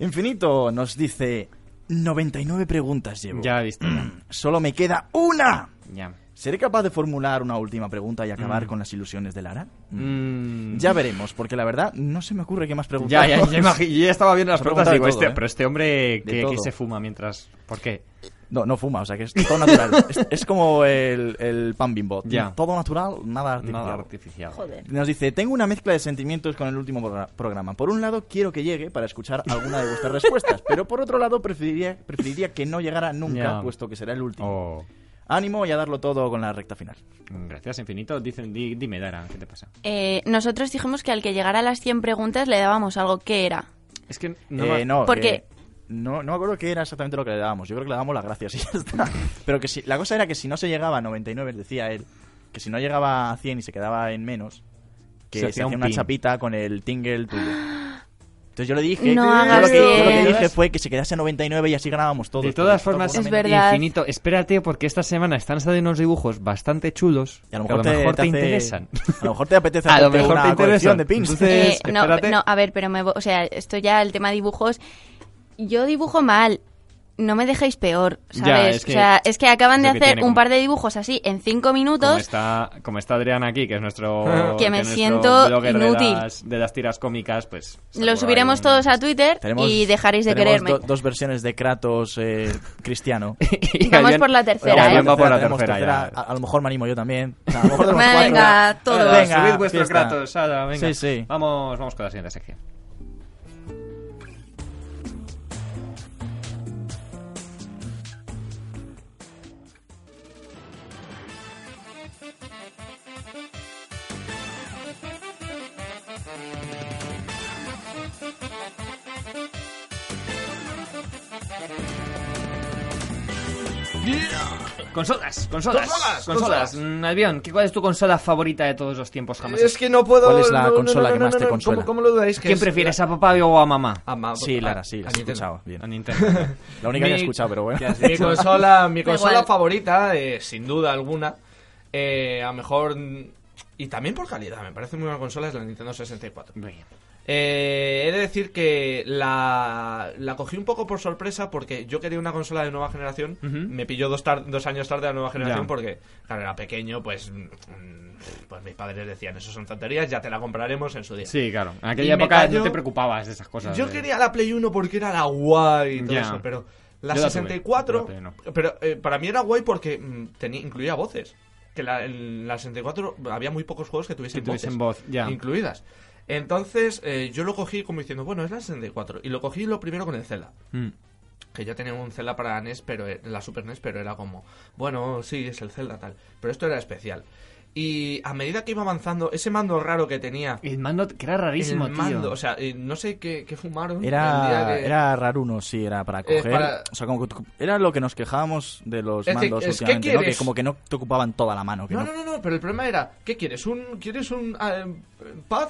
Speaker 9: Infinito nos dice 99 preguntas llevo.
Speaker 3: Ya he visto. ya,
Speaker 9: Solo me queda una.
Speaker 3: ya.
Speaker 9: ¿Seré capaz de formular una última pregunta y acabar con las ilusiones de Lara?
Speaker 3: Mm.
Speaker 9: Ya veremos, porque la verdad no se me ocurre qué más
Speaker 3: Ya,
Speaker 9: preguntar.
Speaker 3: ya, ya, imagi- yo ya estaba viendo las
Speaker 9: Ha
Speaker 3: preguntas
Speaker 9: preguntado
Speaker 3: digo,
Speaker 9: de
Speaker 3: este,
Speaker 9: todo, ¿eh?
Speaker 3: pero este hombre
Speaker 9: De
Speaker 3: que,
Speaker 9: todo.
Speaker 3: se fuma mientras... ¿Por qué?
Speaker 9: No, no fuma, o sea que es todo natural. es, es como el, el pan bimbo.
Speaker 3: Ya.
Speaker 9: Todo natural, nada artificial.
Speaker 3: Nada artificial.
Speaker 7: Joder.
Speaker 9: Nos dice, tengo una mezcla de sentimientos con el último progra- programa. Por un lado, quiero que llegue para escuchar alguna de vuestras respuestas, pero por otro lado, preferiría, preferiría que no llegara nunca,
Speaker 3: Ya.
Speaker 9: puesto que será el último.
Speaker 3: Oh,
Speaker 9: Ánimo y a darlo todo con la recta final.
Speaker 3: mm, gracias infinito. Dicen, di- dime, Dara, ¿qué te pasa?
Speaker 7: Eh, nosotros dijimos que al que llegara a las 100 preguntas le dábamos algo. ¿Qué era?
Speaker 3: Es que no...
Speaker 9: No,
Speaker 3: va-
Speaker 9: no,
Speaker 7: ¿Por
Speaker 9: eh,
Speaker 7: qué?
Speaker 9: no, no me acuerdo qué era exactamente lo que le dábamos. Yo creo que le dábamos las gracias y ya está. Pero que si, la cosa era que si no se llegaba a 99, decía él, que si no llegaba a 100 y se quedaba en menos, que
Speaker 3: Se
Speaker 9: se,
Speaker 3: hacía
Speaker 9: hacía
Speaker 3: un
Speaker 9: una
Speaker 3: pin.
Speaker 9: chapita con el tingle tuyo. Entonces yo le dije,
Speaker 7: No
Speaker 9: yo
Speaker 7: hagas
Speaker 9: lo que, yo lo que
Speaker 7: eso.
Speaker 9: dije fue que se quedase a 99 y así ganábamos todos.
Speaker 3: De todas
Speaker 9: porque
Speaker 3: formas,
Speaker 7: Es
Speaker 9: seguramente-
Speaker 7: verdad.
Speaker 3: infinito. Espérate, porque esta semana están saliendo unos dibujos bastante chulos
Speaker 9: y a lo
Speaker 3: que
Speaker 9: mejor, te, te
Speaker 3: te,
Speaker 9: hace-
Speaker 3: interesan.
Speaker 9: A lo mejor te apetece
Speaker 3: A lo
Speaker 9: hacerte
Speaker 3: mejor
Speaker 9: una
Speaker 3: te interesan.
Speaker 9: colección de pins.
Speaker 3: Entonces-
Speaker 7: Eh,
Speaker 3: Es-
Speaker 7: no,
Speaker 3: espérate.
Speaker 7: no, a ver, pero me, vo- o sea, esto ya el tema dibujos. Yo dibujo mal. No me dejéis peor,
Speaker 3: Ya,
Speaker 7: ¿sabes?
Speaker 3: es que-
Speaker 7: o sea, es que acaban
Speaker 3: es
Speaker 7: de
Speaker 3: lo que
Speaker 7: hacer
Speaker 3: tiene
Speaker 7: un
Speaker 3: como-
Speaker 7: par de dibujos así en cinco
Speaker 3: Como este,
Speaker 7: minutos.
Speaker 3: está, como está Adrián aquí, que es nuestro...
Speaker 7: Que me
Speaker 3: nuestro
Speaker 7: siento
Speaker 3: blogger de
Speaker 7: inútil.
Speaker 3: las- De las tiras cómicas, pues... seguro
Speaker 7: Lo subiremos
Speaker 3: hay un-
Speaker 7: todos a Twitter
Speaker 9: Tenemos-
Speaker 7: y dejaréis de
Speaker 9: tenemos
Speaker 7: quererme.
Speaker 9: do- dos versiones de Kratos eh, cristiano.
Speaker 3: Y
Speaker 7: Vamos
Speaker 3: Adrián-
Speaker 7: por la tercera,
Speaker 3: Adrián
Speaker 7: ¿eh?
Speaker 3: va por la
Speaker 9: Tenemos
Speaker 3: tercera, ya.
Speaker 9: tercera. A, a lo mejor me animo yo también. O sea, a lo mejor tenemos
Speaker 7: Venga,
Speaker 9: cuatro.
Speaker 7: todos.
Speaker 3: Ala,
Speaker 9: Venga,
Speaker 3: subid vuestros
Speaker 9: fiesta.
Speaker 3: gratos, ala, venga.
Speaker 9: Sí, sí.
Speaker 3: Vamos, vamos con la siguiente sección. Consolas, consolas,
Speaker 5: Consolas,
Speaker 3: consolas.
Speaker 5: consolas.
Speaker 3: Mm, Albion, ¿qué- ¿cuál es tu consola favorita de todos los tiempos jamás?
Speaker 5: Es que no puedo.
Speaker 9: ¿Cuál es la
Speaker 5: no, no,
Speaker 9: consola
Speaker 5: no,
Speaker 9: que
Speaker 5: no,
Speaker 9: más
Speaker 5: no,
Speaker 9: te
Speaker 5: no,
Speaker 9: consuela?
Speaker 5: ¿Cómo, cómo lo dudáis? que
Speaker 3: ¿Quién
Speaker 5: es
Speaker 3: prefieres, a papá o a mamá?
Speaker 5: la- a ma-
Speaker 9: Sí,
Speaker 5: a-
Speaker 9: Lara, sí,
Speaker 5: a
Speaker 9: la has
Speaker 5: Nintendo.
Speaker 9: escuchado. Bien.
Speaker 3: A Nintendo.
Speaker 9: La única que he
Speaker 3: Mi-
Speaker 9: escuchado, pero bueno.
Speaker 3: ¿Qué has
Speaker 5: Mi
Speaker 3: dicho?
Speaker 5: consola, mi
Speaker 7: Da
Speaker 5: consola
Speaker 7: igual.
Speaker 5: favorita, eh, sin duda alguna, eh, a lo mejor. mm, Y también por calidad, me parece muy buena consola, es la Nintendo 64.
Speaker 3: Muy bien.
Speaker 5: Eh, he de decir que la, la cogí un poco por sorpresa porque yo quería una consola de nueva generación.
Speaker 3: Ujú.
Speaker 5: Me pilló dos, tar- dos años tarde la nueva generación
Speaker 3: Ya.
Speaker 5: porque, claro, era pequeño, pues, mm, pues mis padres decían, eso son tonterías, ya te la compraremos en su día.
Speaker 3: Sí, claro. En
Speaker 5: Y
Speaker 3: aquella
Speaker 5: me
Speaker 3: época
Speaker 5: cayó-
Speaker 3: no te preocupabas de esas cosas.
Speaker 5: Yo
Speaker 3: de-
Speaker 5: quería la Play 1 porque era la guay y todo
Speaker 3: Ya.
Speaker 5: eso, pero la
Speaker 3: Yo la tuve,
Speaker 5: 64.
Speaker 3: la Play no.
Speaker 5: Pero eh, para mí era guay porque mm, tenía, incluía voces. Que la, en la 64 había muy pocos juegos que tuviesen,
Speaker 3: Que tuviesen
Speaker 5: voces
Speaker 3: voz, ya.
Speaker 5: incluidas. Entonces eh, yo lo cogí como diciendo, bueno, es la 64. Y lo cogí lo primero con el Zelda.
Speaker 3: Mm.
Speaker 5: Que yo tenía un Zelda para la NES, pero eh, la Super NES, pero era como, bueno, sí, es el Zelda tal. Pero esto era especial. Y a medida que iba avanzando, ese mando raro que tenía
Speaker 3: El mando, que era rarísimo,
Speaker 5: el mando,
Speaker 3: tío.
Speaker 5: o sea, eh, no sé qué, qué fumaron. el
Speaker 9: Era,
Speaker 5: día que-
Speaker 9: era raruno, sí, era para
Speaker 5: Eh,
Speaker 9: coger.
Speaker 5: para-
Speaker 9: O sea, como que tu- era lo que nos quejábamos de los
Speaker 5: Es que-
Speaker 9: mandos
Speaker 5: es que
Speaker 9: últimamente, ¿no?
Speaker 5: quieres-
Speaker 9: Que como que no te ocupaban toda la mano. Que
Speaker 5: No,
Speaker 9: no,
Speaker 5: no, no, no, pero el problema era, ¿qué quieres? ¿Un, ¿Quieres un ah, eh, pad?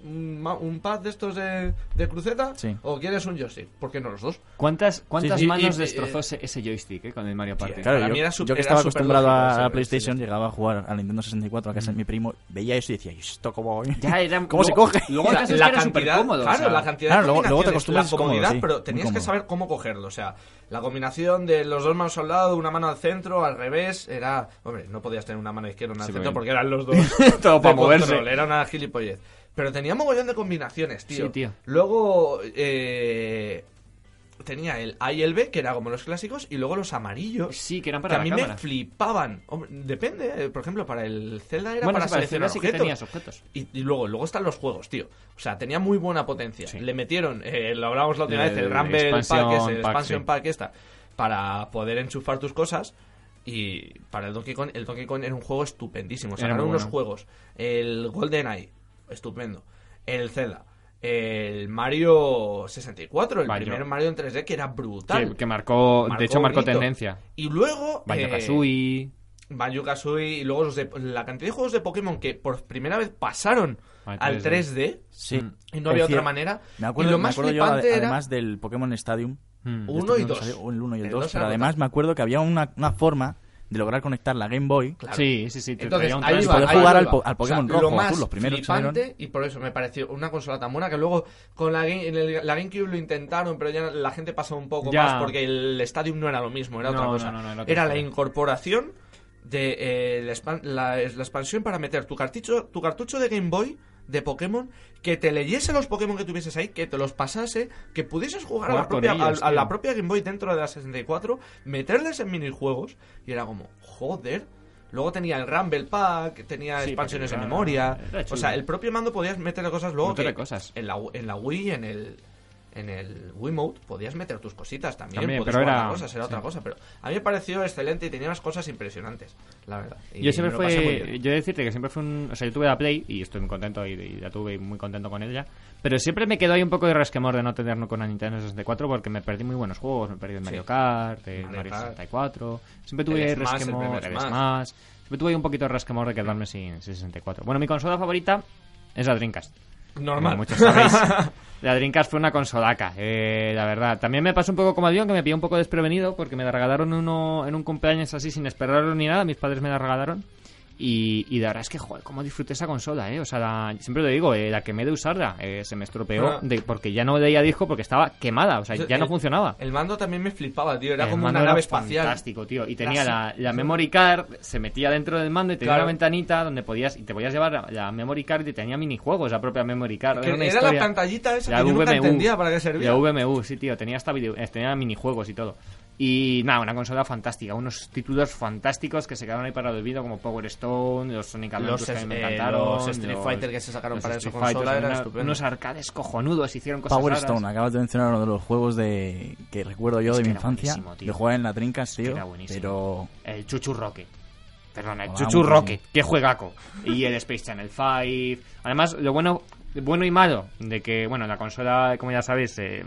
Speaker 5: ¿Un, ma- un pad de estos de, de cruceta?
Speaker 9: Sí.
Speaker 5: ¿O quieres un joystick? ¿Por qué no los dos?
Speaker 3: ¿Cuántas, cuántas
Speaker 5: Sí, sí, y-
Speaker 3: manos
Speaker 5: y-
Speaker 3: destrozó ese, ese joystick eh, con el Mario Party?
Speaker 9: Claro,
Speaker 5: Para
Speaker 9: yo,
Speaker 5: mí era
Speaker 9: yo
Speaker 5: super-
Speaker 9: que
Speaker 5: era
Speaker 9: estaba
Speaker 5: super
Speaker 9: acostumbrado
Speaker 5: lógico
Speaker 9: a,
Speaker 5: ese-
Speaker 9: a
Speaker 5: ese
Speaker 9: PlayStation,
Speaker 5: joystick.
Speaker 9: llegaba a jugar a Nintendo 64 a casa de mi primo, veía eso y decía, "¿Y esto cómo,
Speaker 3: Ya era-
Speaker 9: ¿Cómo se
Speaker 3: luego-
Speaker 9: coge?
Speaker 3: luego- el caso es que era supercómodo,
Speaker 5: claro,
Speaker 3: o sea.
Speaker 5: la cantidad
Speaker 9: Claro,
Speaker 5: de
Speaker 9: luego- luego te
Speaker 5: combinaciones,
Speaker 9: acostumbras
Speaker 5: la
Speaker 9: cómodo,
Speaker 5: comodidad,
Speaker 9: sí,
Speaker 5: pero
Speaker 9: muy
Speaker 5: tenías que
Speaker 9: cómodo.
Speaker 5: saber cómo cogerlo, o sea, la combinación de los dos manos a un lado, una mano al centro, al revés, era, hombre, no podías tener una mano izquierda y una al
Speaker 3: Sí,
Speaker 5: centro
Speaker 3: porque-
Speaker 5: porque eran los dos
Speaker 3: Todo para
Speaker 5: de
Speaker 3: moverse.
Speaker 5: control, era una gilipollez. Pero tenía mogollón de combinaciones, tío.
Speaker 3: Sí, tío.
Speaker 5: Luego eh, tenía el A y el B, que era como los clásicos, y luego los amarillos.
Speaker 3: Sí, que eran
Speaker 5: que
Speaker 3: para
Speaker 5: a
Speaker 3: la
Speaker 5: mí
Speaker 3: cámara.
Speaker 5: me flipaban. Hombre, depende, eh, por ejemplo, para el Zelda era
Speaker 3: Bueno,
Speaker 5: para
Speaker 3: sí, para el Zelda
Speaker 5: seleccionar
Speaker 3: sí que
Speaker 5: objetos.
Speaker 3: tenías objetos.
Speaker 5: Y, y luego, luego están los juegos, tío. O sea, tenía muy buena potencia.
Speaker 3: Sí.
Speaker 5: Le metieron, eh, lo hablábamos la última
Speaker 3: El
Speaker 5: vez, el Rumble
Speaker 3: expansion
Speaker 5: Pack, ese, el
Speaker 3: pack,
Speaker 5: Expansion
Speaker 3: sí.
Speaker 5: Pack, esta, para poder enchufar tus cosas. Y para el Donkey Kong, el Donkey Kong era un juego estupendísimo.
Speaker 3: Era muy
Speaker 5: Sacaron unos
Speaker 3: bueno.
Speaker 5: juegos. El Golden Eye, estupendo. El Zelda. El Mario 64, el
Speaker 3: Mario.
Speaker 5: primer Mario en 3D, que era brutal.
Speaker 3: Que, que marcó,
Speaker 5: Marcó
Speaker 3: de hecho, marcó
Speaker 5: un hito.
Speaker 3: tendencia.
Speaker 5: Y luego.
Speaker 3: Banjo
Speaker 5: eh,
Speaker 3: Kazooie.
Speaker 5: Banjo Kazooie y luego los de- la cantidad de juegos de Pokémon que por primera vez pasaron
Speaker 3: Al
Speaker 5: al 3D
Speaker 9: Sí.
Speaker 3: eh.
Speaker 5: y no había
Speaker 3: Mm,
Speaker 9: Es decir,
Speaker 5: otra manera.
Speaker 9: Me
Speaker 5: Mm.
Speaker 9: acuerdo,
Speaker 5: y lo
Speaker 9: me
Speaker 5: más
Speaker 9: acuerdo yo,
Speaker 5: flipante
Speaker 9: ade-
Speaker 5: era
Speaker 9: además del Pokémon Stadium,
Speaker 3: Mm.
Speaker 5: Uno y
Speaker 9: Yo no
Speaker 5: dos.
Speaker 9: sabía, o el 1 y el
Speaker 5: El
Speaker 9: 2.
Speaker 5: dos
Speaker 9: Pero
Speaker 5: era
Speaker 9: además me acuerdo que había una, una forma de lograr conectar la Game Boy.
Speaker 3: Sí, sí, sí. te
Speaker 5: Entonces,
Speaker 3: traía un
Speaker 5: ahí
Speaker 3: trans-
Speaker 5: va,
Speaker 9: poder
Speaker 5: ahí
Speaker 9: jugar
Speaker 5: va,
Speaker 9: al
Speaker 5: ahí
Speaker 9: po-
Speaker 5: va.
Speaker 9: al Pokémon
Speaker 5: O sea,
Speaker 9: rojo,
Speaker 5: lo más
Speaker 9: azul, los primeros que
Speaker 5: flipante, y por eso me pareció una consola tan buena que luego con la, Game- en el- la GameCube lo intentaron, pero ya la gente pasó un poco
Speaker 3: Ya.
Speaker 5: más porque el Stadium no era lo mismo, era
Speaker 3: No,
Speaker 5: otra
Speaker 3: no,
Speaker 5: cosa.
Speaker 3: no, no, era otra
Speaker 5: era la
Speaker 3: cosa.
Speaker 5: incorporación de eh, la, expan- la- la expansión para meter tu cartucho, tu cartucho de Game Boy de Pokémon, que te leyese los Pokémon que tuvieses ahí, que te los pasase, que pudieses jugar, a, la
Speaker 3: Jugar con
Speaker 5: propia, a-
Speaker 3: ellos,
Speaker 5: a la
Speaker 3: tío.
Speaker 5: propia Game Boy dentro de la 64, meterles en minijuegos y era como, joder. Luego tenía el Rumble Pack, tenía
Speaker 3: Sí,
Speaker 5: expansiones de
Speaker 3: porque era-
Speaker 5: memoria.
Speaker 3: era chulo.
Speaker 5: O sea, el propio mando podías meter cosas luego.
Speaker 3: Montón
Speaker 5: que
Speaker 3: de cosas.
Speaker 5: En la, en la Wii, en el. En el Wiimote podías meter tus cositas también,
Speaker 3: También,
Speaker 5: podías
Speaker 3: pero
Speaker 5: guardar
Speaker 3: era-
Speaker 5: cosas, era
Speaker 3: sí.
Speaker 5: otra cosa, pero a mí me pareció excelente y tenía unas cosas impresionantes, la verdad. Y
Speaker 3: Yo siempre
Speaker 5: me lo pasé muy
Speaker 3: fue,
Speaker 5: bien.
Speaker 3: yo he de decirte que siempre fue un, o sea, yo tuve la Play y estoy muy contento y, y la tuve y muy contento con ella, pero siempre me quedó ahí un poco de resquemor de no tenerlo con la Nintendo 64 porque me perdí muy buenos juegos, me perdí el Mario Kart, el
Speaker 5: Mario
Speaker 3: Mario
Speaker 5: Kart.
Speaker 3: 64, siempre tuve
Speaker 5: El Smash, el
Speaker 3: resquemor,
Speaker 5: primer
Speaker 3: el
Speaker 5: Smash.
Speaker 3: Smash, siempre tuve ahí un poquito de resquemor de quedarme sin, sin 64. Bueno, mi consola favorita es la Dreamcast.
Speaker 5: normal.
Speaker 3: Como muchos sabéis, la Dreamcast fue una consolaca, eh, la verdad. También me pasó un poco como avión, que me pilló un poco desprevenido, porque me la regalaron uno en un cumpleaños así, sin esperarlo ni nada. Mis padres me la regalaron. Y, y la verdad es que, joder, cómo disfruté esa consola, ¿eh? O sea, la- siempre lo digo, eh, la quemé de usarla. eh, se me estropeó
Speaker 5: Ah.
Speaker 3: de, porque ya no leía disco, porque estaba quemada, o sea,
Speaker 5: Yo-
Speaker 3: ya no
Speaker 5: el-
Speaker 3: funcionaba.
Speaker 5: El mando también me flipaba, tío, era
Speaker 3: El
Speaker 5: como
Speaker 3: mando
Speaker 5: una
Speaker 3: era
Speaker 5: nave espacial.
Speaker 3: Fantástico, tío. Y tenía la,
Speaker 5: Era
Speaker 3: la memory card, se metía dentro del mando y tenía
Speaker 5: Claro.
Speaker 3: una ventanita donde podías y te podías llevar la, la memory card y tenía minijuegos la propia memory card.
Speaker 5: Que
Speaker 3: una
Speaker 5: era
Speaker 3: historia.
Speaker 5: la pantallita esa que yo nunca entendía para qué servía.
Speaker 3: La VMU, sí, tío. Tenía hasta video- eh, tenía minijuegos y todo. Y nada, una consola fantástica, unos títulos fantásticos que se quedaron ahí para el olvido, como Power Stone, los Sonic Adventures
Speaker 5: Los,
Speaker 3: que a mí me
Speaker 5: eh,
Speaker 3: encantaron,
Speaker 5: los Street Fighter que se sacaron
Speaker 3: los
Speaker 5: para esa
Speaker 3: Street Fighter,
Speaker 5: consola, era
Speaker 3: una-
Speaker 5: estupendo.
Speaker 3: Unos arcades cojonudos, hicieron cosas
Speaker 9: Power
Speaker 3: raras.
Speaker 9: Stone, acabas de mencionar uno de los juegos de que recuerdo yo
Speaker 3: Es
Speaker 9: de
Speaker 3: que
Speaker 9: mi
Speaker 3: era
Speaker 9: infancia,
Speaker 3: buenísimo, tío.
Speaker 9: de jugar en la Dreamcast,
Speaker 3: que
Speaker 9: tío,
Speaker 3: era buenísimo.
Speaker 9: pero
Speaker 3: El Chuchu Rocket. Perdona, el
Speaker 9: Molaba
Speaker 3: Chuchu
Speaker 9: muchísimo.
Speaker 3: Rocket. Qué juegaco. Y el Space Channel 5. Además, lo bueno bueno y malo de que, bueno, la consola, como ya sabéis, eh,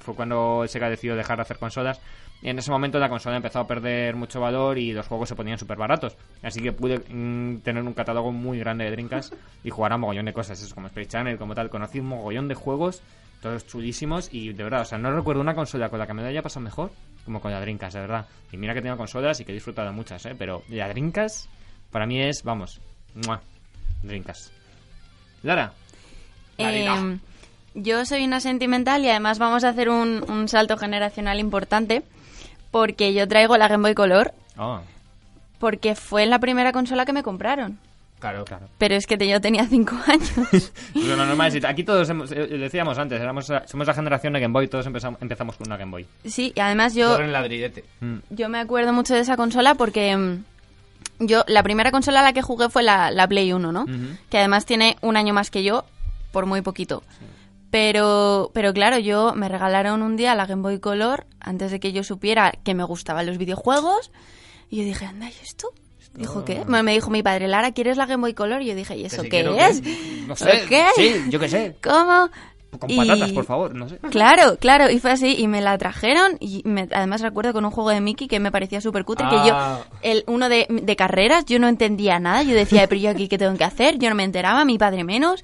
Speaker 3: fue cuando Sega decidió dejar de hacer consolas. En ese momento la consola empezó a perder mucho valor y los juegos se ponían súper baratos. Así que pude mm, tener un catálogo muy grande de Dreamcast y jugar a mogollón de cosas, eso, como Space Channel, como tal. Conocí un mogollón de juegos, todos chulísimos y de verdad, o sea, no recuerdo una consola con la que me lo haya pasado mejor como con la Dreamcast, de verdad. Y mira que tengo consolas y que he disfrutado de muchas, ¿eh? Pero la Dreamcast para mí es, vamos, ¡mua! Dreamcast. Lara,
Speaker 7: Eh, yo soy una sentimental y además vamos a hacer un, un salto generacional importante porque yo traigo la Game Boy Color
Speaker 3: Oh,
Speaker 7: porque fue la primera consola que me compraron.
Speaker 3: claro, claro.
Speaker 7: Pero es que te- yo tenía cinco años.
Speaker 3: Lo normal es- aquí todos hemos, eh, lo decíamos antes, éramos, somos la generación de Game Boy, todos empezamos, empezamos con una Game Boy.
Speaker 7: Sí, y además yo,
Speaker 5: Todo en ladrillete.
Speaker 7: yo me acuerdo mucho de esa consola porque mm, yo la primera consola a la que jugué fue la, la Play 1, ¿no? Que además tiene un año más que yo, por muy poquito. Pero, pero claro, yo me regalaron un día la Game Boy Color antes de que yo supiera que me gustaban los videojuegos. Y yo dije, anda, ¿y esto? Dijo, ¿qué? Bueno, me dijo mi padre, Lara, ¿quieres la Game Boy Color? Y yo dije, ¿y eso
Speaker 5: si
Speaker 7: qué
Speaker 5: quiero,
Speaker 7: es?
Speaker 3: No sé,
Speaker 7: ¿Qué?
Speaker 3: sí, yo qué sé.
Speaker 7: ¿Cómo?
Speaker 3: Con
Speaker 7: Y-
Speaker 3: patatas, por favor, no sé.
Speaker 7: Claro, claro, y fue así, y me la trajeron, y me- además recuerdo con un juego de Mickey que me parecía súper cutre, que
Speaker 5: Ah.
Speaker 7: yo, el, uno de, de carreras, yo no entendía nada, yo decía, pero yo aquí qué tengo que hacer, yo no me enteraba, mi padre menos,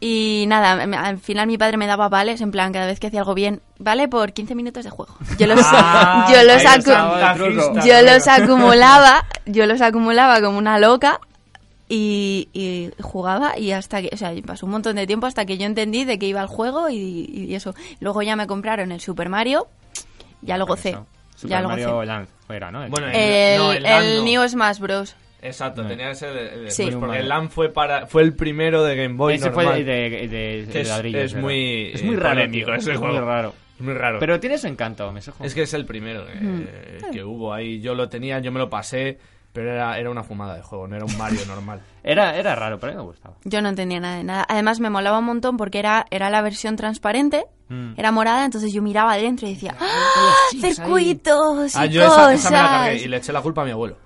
Speaker 7: y nada, me- al final mi padre me daba vales, en plan, cada vez que hacía algo bien, vale por 15 minutos de juego. Yo los,
Speaker 5: Ah,
Speaker 7: yo los,
Speaker 5: ahí
Speaker 7: acu-
Speaker 5: estaba el truco.
Speaker 7: yo los acumulaba, yo los acumulaba como una loca y, y jugaba y hasta que, o sea, pasó un montón de tiempo hasta que yo entendí de que iba al juego y, y eso. Luego ya me compraron el Super Mario, ya lo gocé,
Speaker 3: Eso. Super
Speaker 7: ya lo gocé.
Speaker 3: Mario Land fuera, ¿no?
Speaker 5: Bueno, eh,
Speaker 7: El,
Speaker 5: No, el Land
Speaker 7: el
Speaker 5: no.
Speaker 7: New Smash Bros.
Speaker 3: Eh.
Speaker 5: Exacto, tenía que ser el, el después,
Speaker 7: Sí.
Speaker 5: pues, porque
Speaker 3: Vale.
Speaker 5: el LAN fue para fue el primero de Game Boy
Speaker 3: ese
Speaker 5: normal.
Speaker 3: fue de, de, de- de
Speaker 5: Es-
Speaker 3: ladrillo,
Speaker 5: es
Speaker 3: ¿verdad?
Speaker 5: muy,
Speaker 3: es muy
Speaker 5: eh,
Speaker 3: raro,
Speaker 5: polémico
Speaker 3: tío,
Speaker 5: ese
Speaker 3: es muy
Speaker 5: juego.
Speaker 3: raro.
Speaker 5: Es muy raro.
Speaker 3: Pero tiene su encanto, me sujo.
Speaker 5: Es que es el primero eh,
Speaker 7: Mm.
Speaker 5: que hubo ahí. Yo lo tenía, yo me lo pasé, pero era, era una fumada de juego, no era un Mario normal.
Speaker 3: Era, era raro, pero a mí me gustaba.
Speaker 7: Yo no entendía nada de nada. Además me molaba un montón porque era, era la versión transparente,
Speaker 5: Mm.
Speaker 7: era morada, entonces yo miraba adentro y decía, ¡Ah, circuitos y
Speaker 5: Ah, yo esa, esa me la
Speaker 7: cosas".
Speaker 5: cargué y le eché la culpa a mi abuelo.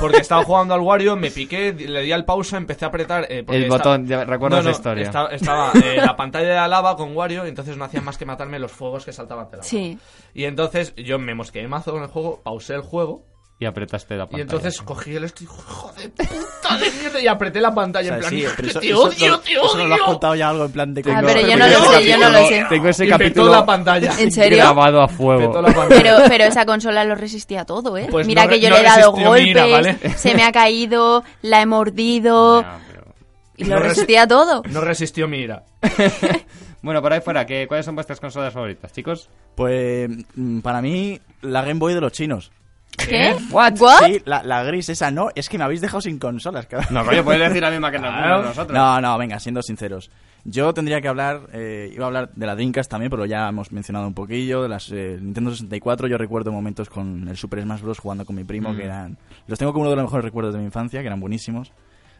Speaker 5: Porque estaba jugando al Wario, me piqué, di- le di al pausa, empecé a apretar. eh, porque
Speaker 3: El
Speaker 5: estaba-
Speaker 3: botón, ya recuerdo esa historia.
Speaker 5: esta- Estaba, eh, la pantalla de la lava con Wario, entonces no hacía más que matarme los fuegos que saltaban de la lava.
Speaker 7: Sí.
Speaker 5: Y entonces yo me mosqueé mazo con el juego, pausé el juego
Speaker 3: y apretaste la pantalla.
Speaker 5: Y entonces cogí el esto y hijo de puta de mierda y apreté la pantalla
Speaker 9: O sea,
Speaker 5: en plan,
Speaker 9: sí,
Speaker 5: "Hijo,
Speaker 9: pero eso-
Speaker 5: te
Speaker 9: eso-
Speaker 5: odio,
Speaker 9: eso-
Speaker 5: te
Speaker 9: eso nos lo has
Speaker 5: odio".
Speaker 9: contado ya algo en plan de que...
Speaker 7: Ah,
Speaker 9: no-
Speaker 7: pero yo no lo sé, yo no lo sé.
Speaker 3: Tengo ese
Speaker 5: Y petó
Speaker 3: capítulo
Speaker 5: la pantalla.
Speaker 7: ¿En serio?
Speaker 3: grabado a fuego.
Speaker 5: Petó la pantalla.
Speaker 7: Pero, pero esa consola lo resistía todo, ¿eh?
Speaker 5: Pues
Speaker 7: mira
Speaker 5: no
Speaker 7: que
Speaker 5: re-
Speaker 7: yo
Speaker 5: no
Speaker 7: le he dado
Speaker 5: resistió mi
Speaker 7: golpes,
Speaker 5: ira, ¿vale?
Speaker 7: se me ha caído, la he mordido,
Speaker 3: Ya, pero-
Speaker 7: y
Speaker 5: No
Speaker 7: lo
Speaker 5: res-
Speaker 7: resistía todo.
Speaker 5: No resistió mi ira.
Speaker 3: Bueno, por ahí fuera, ¿qué, ¿cuáles son vuestras consolas favoritas, chicos?
Speaker 9: Pues mm, para mí, la Game Boy de los chinos.
Speaker 7: ¿Qué? ¿What? ¿Eh? ¿What?
Speaker 9: Sí, la, la gris esa no. Es que me habéis dejado sin consolas, cabrón.
Speaker 3: No, coño, puedes decir la misma que
Speaker 5: Claro.
Speaker 3: nosotros.
Speaker 9: No, no, venga, siendo sinceros. Yo tendría que hablar, eh, iba a hablar de la Dreamcast también, pero ya hemos mencionado un poquillo, de las eh, Nintendo 64. Yo recuerdo momentos con el Super Smash Bros. jugando con mi primo, que eran... Los tengo como uno de los mejores recuerdos de mi infancia, que eran buenísimos.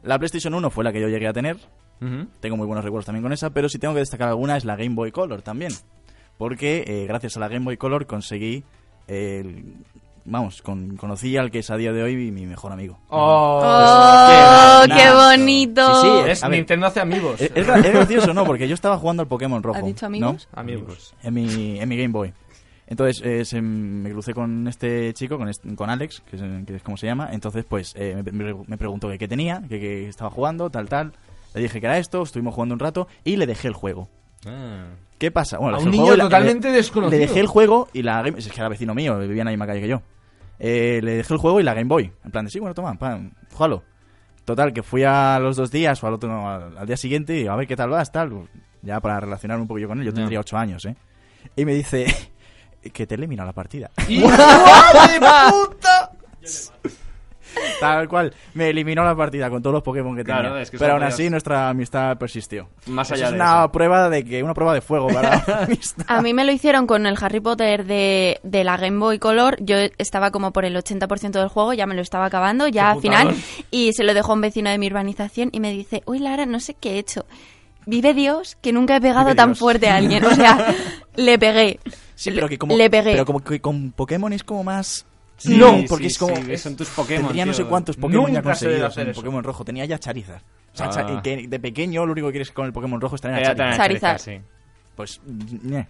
Speaker 9: La PlayStation 1 fue la que yo llegué a tener.
Speaker 3: Ujú.
Speaker 9: Tengo muy buenos recuerdos también con esa, pero si tengo que destacar alguna es la Game Boy Color también. Porque eh, gracias a la Game Boy Color conseguí... eh, el- vamos, con- conocí al que es a día de hoy mi mejor amigo.
Speaker 5: Pues,
Speaker 7: ¡Oh,
Speaker 9: Nah,
Speaker 7: qué
Speaker 9: nah.
Speaker 7: bonito!
Speaker 9: Oh, Sí, sí,
Speaker 5: Es
Speaker 9: a ver. Eh,
Speaker 5: Nintendo hace amigos.
Speaker 9: Es, es gra- es gracioso, ¿no? Porque yo estaba jugando al Pokémon rojo.
Speaker 7: ¿Ha dicho
Speaker 9: ¿no?
Speaker 7: amigos?
Speaker 5: Amigos.
Speaker 9: En mi, en mi Game Boy. Entonces eh, se- me crucé con este chico, con, este- con Alex, que es, que es como se llama. Entonces, pues eh, me, me- me preguntó que qué tenía, que, que estaba jugando, tal, tal. Le dije que era esto, estuvimos jugando un rato y le dejé el juego.
Speaker 3: Ah.
Speaker 9: ¿Qué pasa? Bueno,
Speaker 5: A
Speaker 9: le
Speaker 5: un
Speaker 9: dejé el
Speaker 5: niño
Speaker 9: juego y la-
Speaker 5: totalmente
Speaker 9: le-
Speaker 5: desconocido.
Speaker 9: Le dejé el juego y la Game Es que era vecino mío, vivía en la misma calle que yo. Eh, le dejé el juego y la Game Boy. En plan de, sí, bueno, toma, pam, júgalo. Total, que fui a los dos días o al otro no, al, al día siguiente y digo, a ver qué tal vas, tal. Ya para relacionarme un poco yo con él, yo tendría ocho años, ¿eh? Y me dice que te le he mirado la partida.
Speaker 5: ¡Hijo de puta!
Speaker 9: Tal cual, me eliminó la partida con todos los Pokémon que tenía.
Speaker 3: Claro, es que
Speaker 9: Pero
Speaker 3: son
Speaker 9: aún
Speaker 3: varias-
Speaker 9: así nuestra amistad persistió.
Speaker 3: Más
Speaker 9: Eso
Speaker 3: allá
Speaker 9: es
Speaker 3: de
Speaker 9: una
Speaker 3: eso.
Speaker 9: prueba de que una prueba de fuego para la amistad.
Speaker 7: A mí me lo hicieron con el Harry Potter de, de la Game Boy Color. Yo estaba como por el 80% del juego, ya me lo estaba acabando, ya
Speaker 5: Qué
Speaker 7: al final.
Speaker 5: putadón.
Speaker 7: Y se lo dejó un vecino de mi urbanización y me dice, uy Lara, no sé qué he hecho. Vive Dios que nunca he pegado
Speaker 9: Vive
Speaker 7: tan
Speaker 9: Dios".
Speaker 7: fuerte a alguien. O sea, le pegué.
Speaker 9: Sí, pero que como,
Speaker 7: Le pegué.
Speaker 9: Pero como que con Pokémon es como más.
Speaker 3: Sí,
Speaker 9: no,
Speaker 3: sí,
Speaker 9: porque es como.
Speaker 3: sí, son tus Pokémon,
Speaker 9: Tendría no
Speaker 3: tío.
Speaker 9: sé cuántos Pokémon ya
Speaker 5: Nunca se debe
Speaker 9: conseguidos
Speaker 5: hacer
Speaker 9: en
Speaker 5: eso.
Speaker 9: Pokémon rojo. Tenía ya Charizard. O sea,
Speaker 3: Ah.
Speaker 9: Cha- que de pequeño lo único que quieres con el Pokémon rojo es tener a
Speaker 3: Era tan
Speaker 9: Charizard.
Speaker 7: Charizard.
Speaker 3: Charizard, sí.
Speaker 9: Pues. ñe.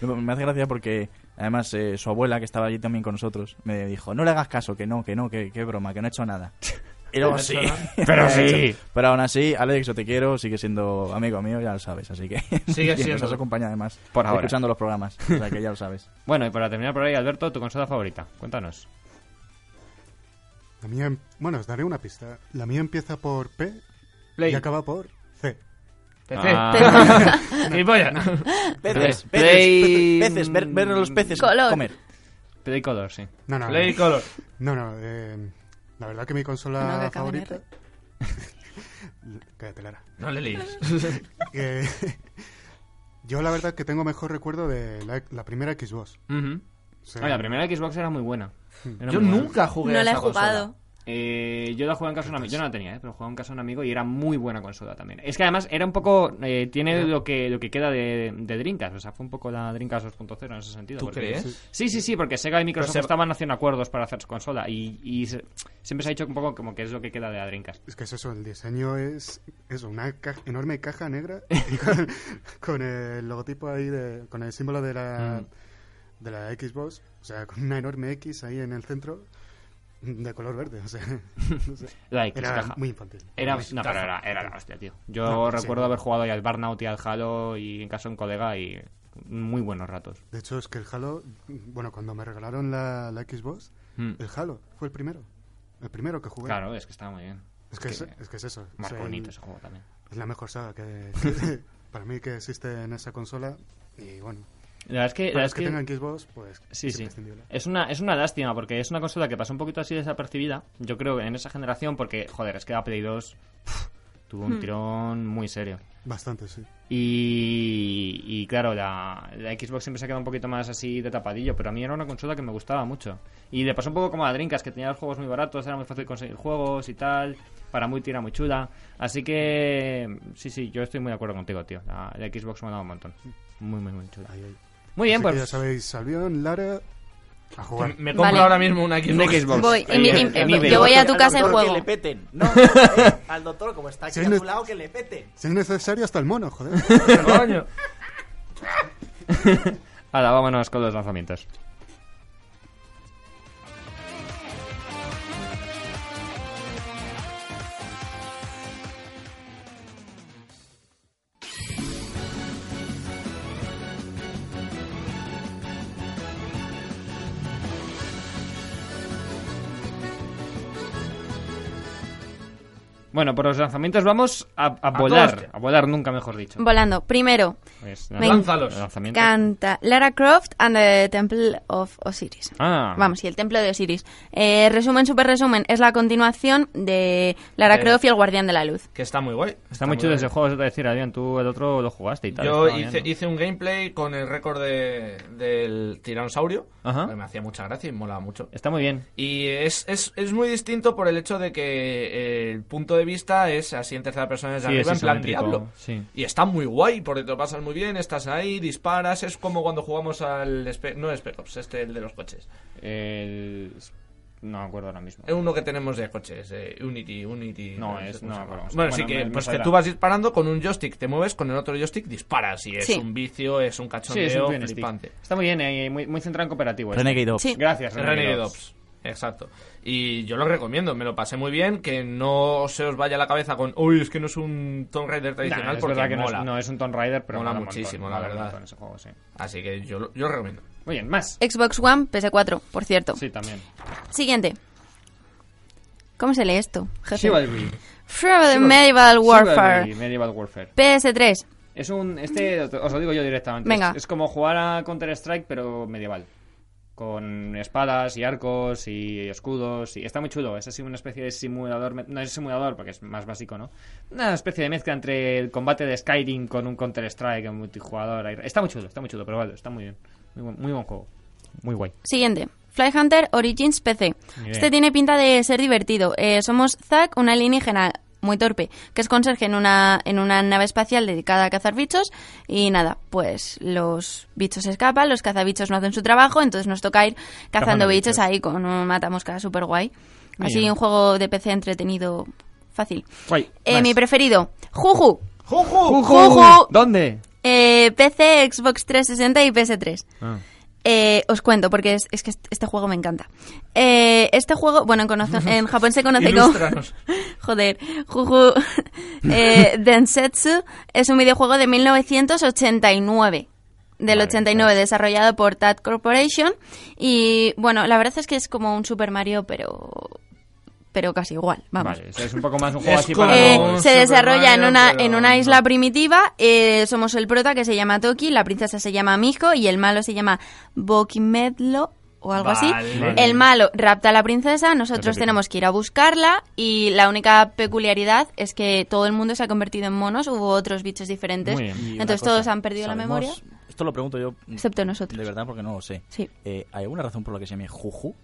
Speaker 9: Me- Me hace gracia porque. Además, eh, su abuela, que estaba allí también con nosotros, me dijo: No le hagas caso, que no, que no, que, que broma, que no he hecho nada. Y luego sí.
Speaker 3: Pero sí.
Speaker 9: Pero aún así, Alex, yo te quiero, sigue siendo amigo mío, ya lo sabes, así que.
Speaker 5: Sigue
Speaker 9: Y Nos
Speaker 5: siendo.
Speaker 9: has acompañado además.
Speaker 3: Por ahora.
Speaker 9: Escuchando los programas, o sea que ya lo sabes.
Speaker 3: Bueno, y para terminar por ahí, Alberto, tu consola favorita. Cuéntanos.
Speaker 8: La mía, em- bueno, os daré una pista. La mía empieza por P
Speaker 5: Play.
Speaker 8: y acaba por C.
Speaker 5: Pepe.
Speaker 3: Ah.
Speaker 5: Gilipollas.
Speaker 9: Peces, peces,
Speaker 3: Play-
Speaker 9: peces, peces, ver, ver a los peces
Speaker 7: Color.
Speaker 9: comer.
Speaker 3: Play Color, sí.
Speaker 8: No, no,
Speaker 5: Play Color.
Speaker 8: no, no. eh, la verdad que mi
Speaker 7: No, que
Speaker 8: consola
Speaker 7: acaba en
Speaker 8: favorita... Cállate, Lara.
Speaker 5: No le líes.
Speaker 8: Eh, yo la verdad que tengo mejor recuerdo de la, la primera Xbox. O sea,
Speaker 3: Oye, la primera Xbox era muy buena. Era
Speaker 5: Yo
Speaker 3: muy buena.
Speaker 5: nunca jugué a
Speaker 7: No la
Speaker 5: esa
Speaker 7: he jugado.
Speaker 5: consola.
Speaker 3: Eh, yo la jugué en casa de un amigo. Yo no la tenía, eh, pero jugaba en casa de un amigo y era muy buena consola también. Es que además era un poco. eh, tiene lo que, lo que queda de, de Dreamcast. O sea, fue un poco la Dreamcast 2.0 en ese sentido.
Speaker 5: ¿Tú
Speaker 3: porque-
Speaker 5: crees?
Speaker 3: Sí, sí, sí, porque Sega y Microsoft
Speaker 5: Pero se-
Speaker 3: estaban haciendo acuerdos para hacer su consola. Y, y se- siempre se ha dicho un poco como que es lo que queda de la Dreamcast.
Speaker 8: Es que es eso, el diseño es eso, una ca- enorme caja negra y con, con el logotipo ahí, de, con el símbolo de la,
Speaker 3: Mm.
Speaker 8: de la Xbox, o sea, con una enorme X ahí en el centro de color verde, o sea, no sé.
Speaker 3: La X
Speaker 8: era
Speaker 3: caja.
Speaker 8: muy infantil.
Speaker 3: Era,
Speaker 5: Pues,
Speaker 3: no, pero
Speaker 5: caja.
Speaker 3: era, era la hostia, tío. Yo
Speaker 8: No, sí.
Speaker 3: recuerdo haber jugado ahí al Burnout y al Halo y en casa de un colega y muy buenos ratos.
Speaker 8: De hecho, es que el Halo, bueno, cuando me regalaron la, la Xbox,
Speaker 5: Hmm.
Speaker 3: Mm.
Speaker 8: el Halo fue el primero, el primero que jugué.
Speaker 3: Claro, es que estaba muy bien.
Speaker 8: Es que,
Speaker 3: que
Speaker 8: es, es que es eso. o
Speaker 3: Más
Speaker 8: sea,
Speaker 3: bonito
Speaker 8: el-
Speaker 3: ese juego también.
Speaker 8: es la mejor saga que, que- para mí que existe en esa consola y bueno,
Speaker 3: La verdad es que, la verdad
Speaker 8: para los
Speaker 3: es
Speaker 8: que,
Speaker 3: que-
Speaker 8: tengan Xbox, pues
Speaker 3: sí,
Speaker 8: es
Speaker 3: sí.
Speaker 8: imprescindible.
Speaker 3: Es una, es una lástima porque es una consola que pasó un poquito así desapercibida, yo creo, en esa generación porque, joder, es que la Play 2 pf, tuvo un tirón muy serio.
Speaker 8: Bastante, sí.
Speaker 3: Y, y claro, la, la Xbox siempre se ha quedado un poquito más así de tapadillo, pero a mí era una consola que me gustaba mucho. Y le pasó un poco como a Drinkas, que tenía los juegos muy baratos, era muy fácil conseguir juegos y tal, para muy tira, muy chula. Así que, sí, sí, yo estoy muy de acuerdo contigo, tío. La, la Xbox me ha dado un montón.
Speaker 8: Hmm.
Speaker 3: Muy, muy, muy chula.
Speaker 8: Ahí, ahí.
Speaker 3: Muy bien,
Speaker 8: Así que ya
Speaker 3: pues.
Speaker 8: sabéis, Albion, Lara, a jugar.
Speaker 5: Me compro
Speaker 7: Vale.
Speaker 5: ahora mismo una Xbox.
Speaker 7: Voy,
Speaker 3: Oye,
Speaker 7: y mi-
Speaker 3: a
Speaker 7: y-
Speaker 3: mí me-
Speaker 7: yo voy a tu casa y
Speaker 9: Al doctor
Speaker 7: juego.
Speaker 9: Que le peten. No, eh, al doctor, como está aquí
Speaker 8: Sí,
Speaker 9: a
Speaker 8: no-
Speaker 9: tu lado, que le peten.
Speaker 8: Si es necesario, hasta el mono, joder.
Speaker 5: Coño.
Speaker 3: Ahora vámonos con los lanzamientos. Bueno, por los lanzamientos vamos a, a volar.
Speaker 5: todas.
Speaker 3: A volar nunca, mejor dicho.
Speaker 7: Volando. Primero,
Speaker 3: Pues,
Speaker 7: Me
Speaker 5: Lánzalos.
Speaker 3: lanzamiento.
Speaker 7: canta Lara Croft and the Temple of Osiris.
Speaker 3: Ah.
Speaker 7: Vamos, y el Templo de Osiris. Eh, resumen, super resumen, es la continuación de Lara
Speaker 5: Eh.
Speaker 7: Croft y el Guardián de la Luz.
Speaker 5: Que está muy guay.
Speaker 3: Está muy chulo
Speaker 5: guay.
Speaker 3: ese juego, eso te voy a decir, Adrián. Tú el otro lo jugaste y tal.
Speaker 5: Yo
Speaker 3: estaba
Speaker 5: hice,
Speaker 3: viendo.
Speaker 5: hice un gameplay con el récord de- del tiranosaurio.
Speaker 3: Ajá.
Speaker 5: que Me hacía mucha gracia y molaba mucho.
Speaker 3: Está muy bien.
Speaker 5: Y es, es, es muy distinto por el hecho de que eh, el punto de vista es así en tercera persona desde
Speaker 3: Sí,
Speaker 5: arriba,
Speaker 3: es
Speaker 5: en plan
Speaker 3: isométrico,
Speaker 5: diablo.
Speaker 3: sí.
Speaker 5: Y está muy guay, porque te lo pasas muy bien, estás ahí, disparas. Es como cuando jugamos al. Spe- no, Spec Ops, este, el de los coches.
Speaker 3: El... No me acuerdo ahora mismo.
Speaker 5: Es uno que tenemos de coches, eh, Unity, Unity.
Speaker 3: No,
Speaker 5: sé
Speaker 3: es-
Speaker 5: cómo
Speaker 3: no,
Speaker 5: se llama.
Speaker 3: vamos,
Speaker 5: Bueno,
Speaker 3: bueno,
Speaker 5: sí que,
Speaker 3: me- me
Speaker 5: pues que
Speaker 3: saldrá.
Speaker 5: tú vas disparando con un joystick, te mueves, con el otro joystick disparas. Y es
Speaker 7: Sí.
Speaker 5: un vicio, es
Speaker 3: Sí,
Speaker 5: un
Speaker 3: es
Speaker 5: cachondeo
Speaker 3: un twin stick.
Speaker 5: flipante.
Speaker 3: Está muy bien, eh, muy, muy centrado en cooperativo. este.
Speaker 9: Renegade Ops.
Speaker 7: Sí.
Speaker 3: Gracias,
Speaker 5: Renegade,
Speaker 3: Renegade
Speaker 5: Ops.
Speaker 3: Ops.
Speaker 5: Exacto. Y yo lo recomiendo, me lo pasé muy bien, que no se os vaya la cabeza con, uy, es que no es un Tomb Raider tradicional
Speaker 3: Nah, es
Speaker 5: porque
Speaker 3: verdad que no es-
Speaker 5: mola".
Speaker 3: No, es, un Tomb Raider, pero
Speaker 5: Mola
Speaker 3: un montón,
Speaker 5: muchísimo, la
Speaker 3: mola un
Speaker 5: verdad.
Speaker 3: montón ese juego, sí.
Speaker 5: Así que yo, lo- yo lo recomiendo.
Speaker 3: Muy bien, más.
Speaker 7: Xbox One, PS4, por cierto.
Speaker 3: Sí, también.
Speaker 7: Siguiente. ¿Cómo se lee esto? jefe?
Speaker 3: Chivalry.
Speaker 7: Through the Medieval
Speaker 3: Chivalry,
Speaker 7: Warfare.
Speaker 3: Medieval Warfare.
Speaker 7: PS3.
Speaker 3: Es un. Este, os lo digo yo directamente.
Speaker 7: Venga.
Speaker 3: Es, es como jugar a Counter-Strike, pero medieval. Con espadas y arcos y escudos. y Está muy chulo. Es así una especie de simulador. me- No es simulador porque es más básico, ¿no? Una especie de mezcla entre el combate de Skyrim con un Counter-Strike, un multijugador. ahí- Está muy chulo, está muy chulo, pero vale, está muy bien. Muy buen, muy buen juego. Muy guay.
Speaker 7: Siguiente. Fly Hunter Origins PC.
Speaker 3: Ni idea.
Speaker 7: Este tiene pinta de ser divertido. Eh, somos Zack, una alienígena muy torpe, que es conserje en una, en una nave espacial dedicada a cazar bichos. Y nada, pues los bichos escapan, los cazabichos no hacen su trabajo, entonces nos toca ir cazando,
Speaker 3: Cazando
Speaker 7: bichos.
Speaker 3: bichos.
Speaker 7: ahí con un matamosca super guay. Así
Speaker 3: Bien.
Speaker 7: un juego de PC entretenido fácil.
Speaker 3: Guay.
Speaker 7: Eh,
Speaker 3: Más.
Speaker 7: mi preferido, Juju.
Speaker 3: ¡Juju!
Speaker 7: ¡Juju!
Speaker 3: ¿Dónde?
Speaker 7: Eh, PC, Xbox 360 y PS3.
Speaker 3: Ah.
Speaker 7: Eh, os cuento, porque es, es que est- este juego me encanta. Eh, este juego, bueno, en, conoce- en Japón se conoce como...
Speaker 5: Ilústranos.
Speaker 7: Joder, Juju eh, Densetsu es un videojuego de 1989. Del
Speaker 3: Vale, pues.
Speaker 7: 89, desarrollado por TAD Corporation. Y bueno, la verdad es que es como un Super Mario, pero. Pero casi igual, vamos.
Speaker 3: Vale, es un poco más un juego
Speaker 5: Es
Speaker 3: así
Speaker 5: como-
Speaker 3: para.
Speaker 7: Eh,
Speaker 5: Claro,
Speaker 3: los-
Speaker 7: se
Speaker 5: Super
Speaker 7: desarrolla en
Speaker 5: Mario,
Speaker 7: una,
Speaker 5: pero
Speaker 7: en una
Speaker 5: no.
Speaker 7: isla primitiva. eh, somos el prota que se llama Toki, la princesa se llama Mijo y el malo se llama Bokimedlo o algo así.
Speaker 5: Vale.
Speaker 7: El malo rapta a la princesa, nosotros
Speaker 3: Repito.
Speaker 7: tenemos que ir a buscarla y la única peculiaridad es que todo el mundo se ha convertido en monos, hubo otros bichos diferentes.
Speaker 3: Muy bien. Y
Speaker 7: Entonces todos han perdido la memoria,
Speaker 9: Esto lo pregunto yo.
Speaker 7: excepto nosotros.
Speaker 9: De verdad, porque no lo sé.
Speaker 7: Sí.
Speaker 9: Eh, ¿Hay alguna razón por la que se llame Juju?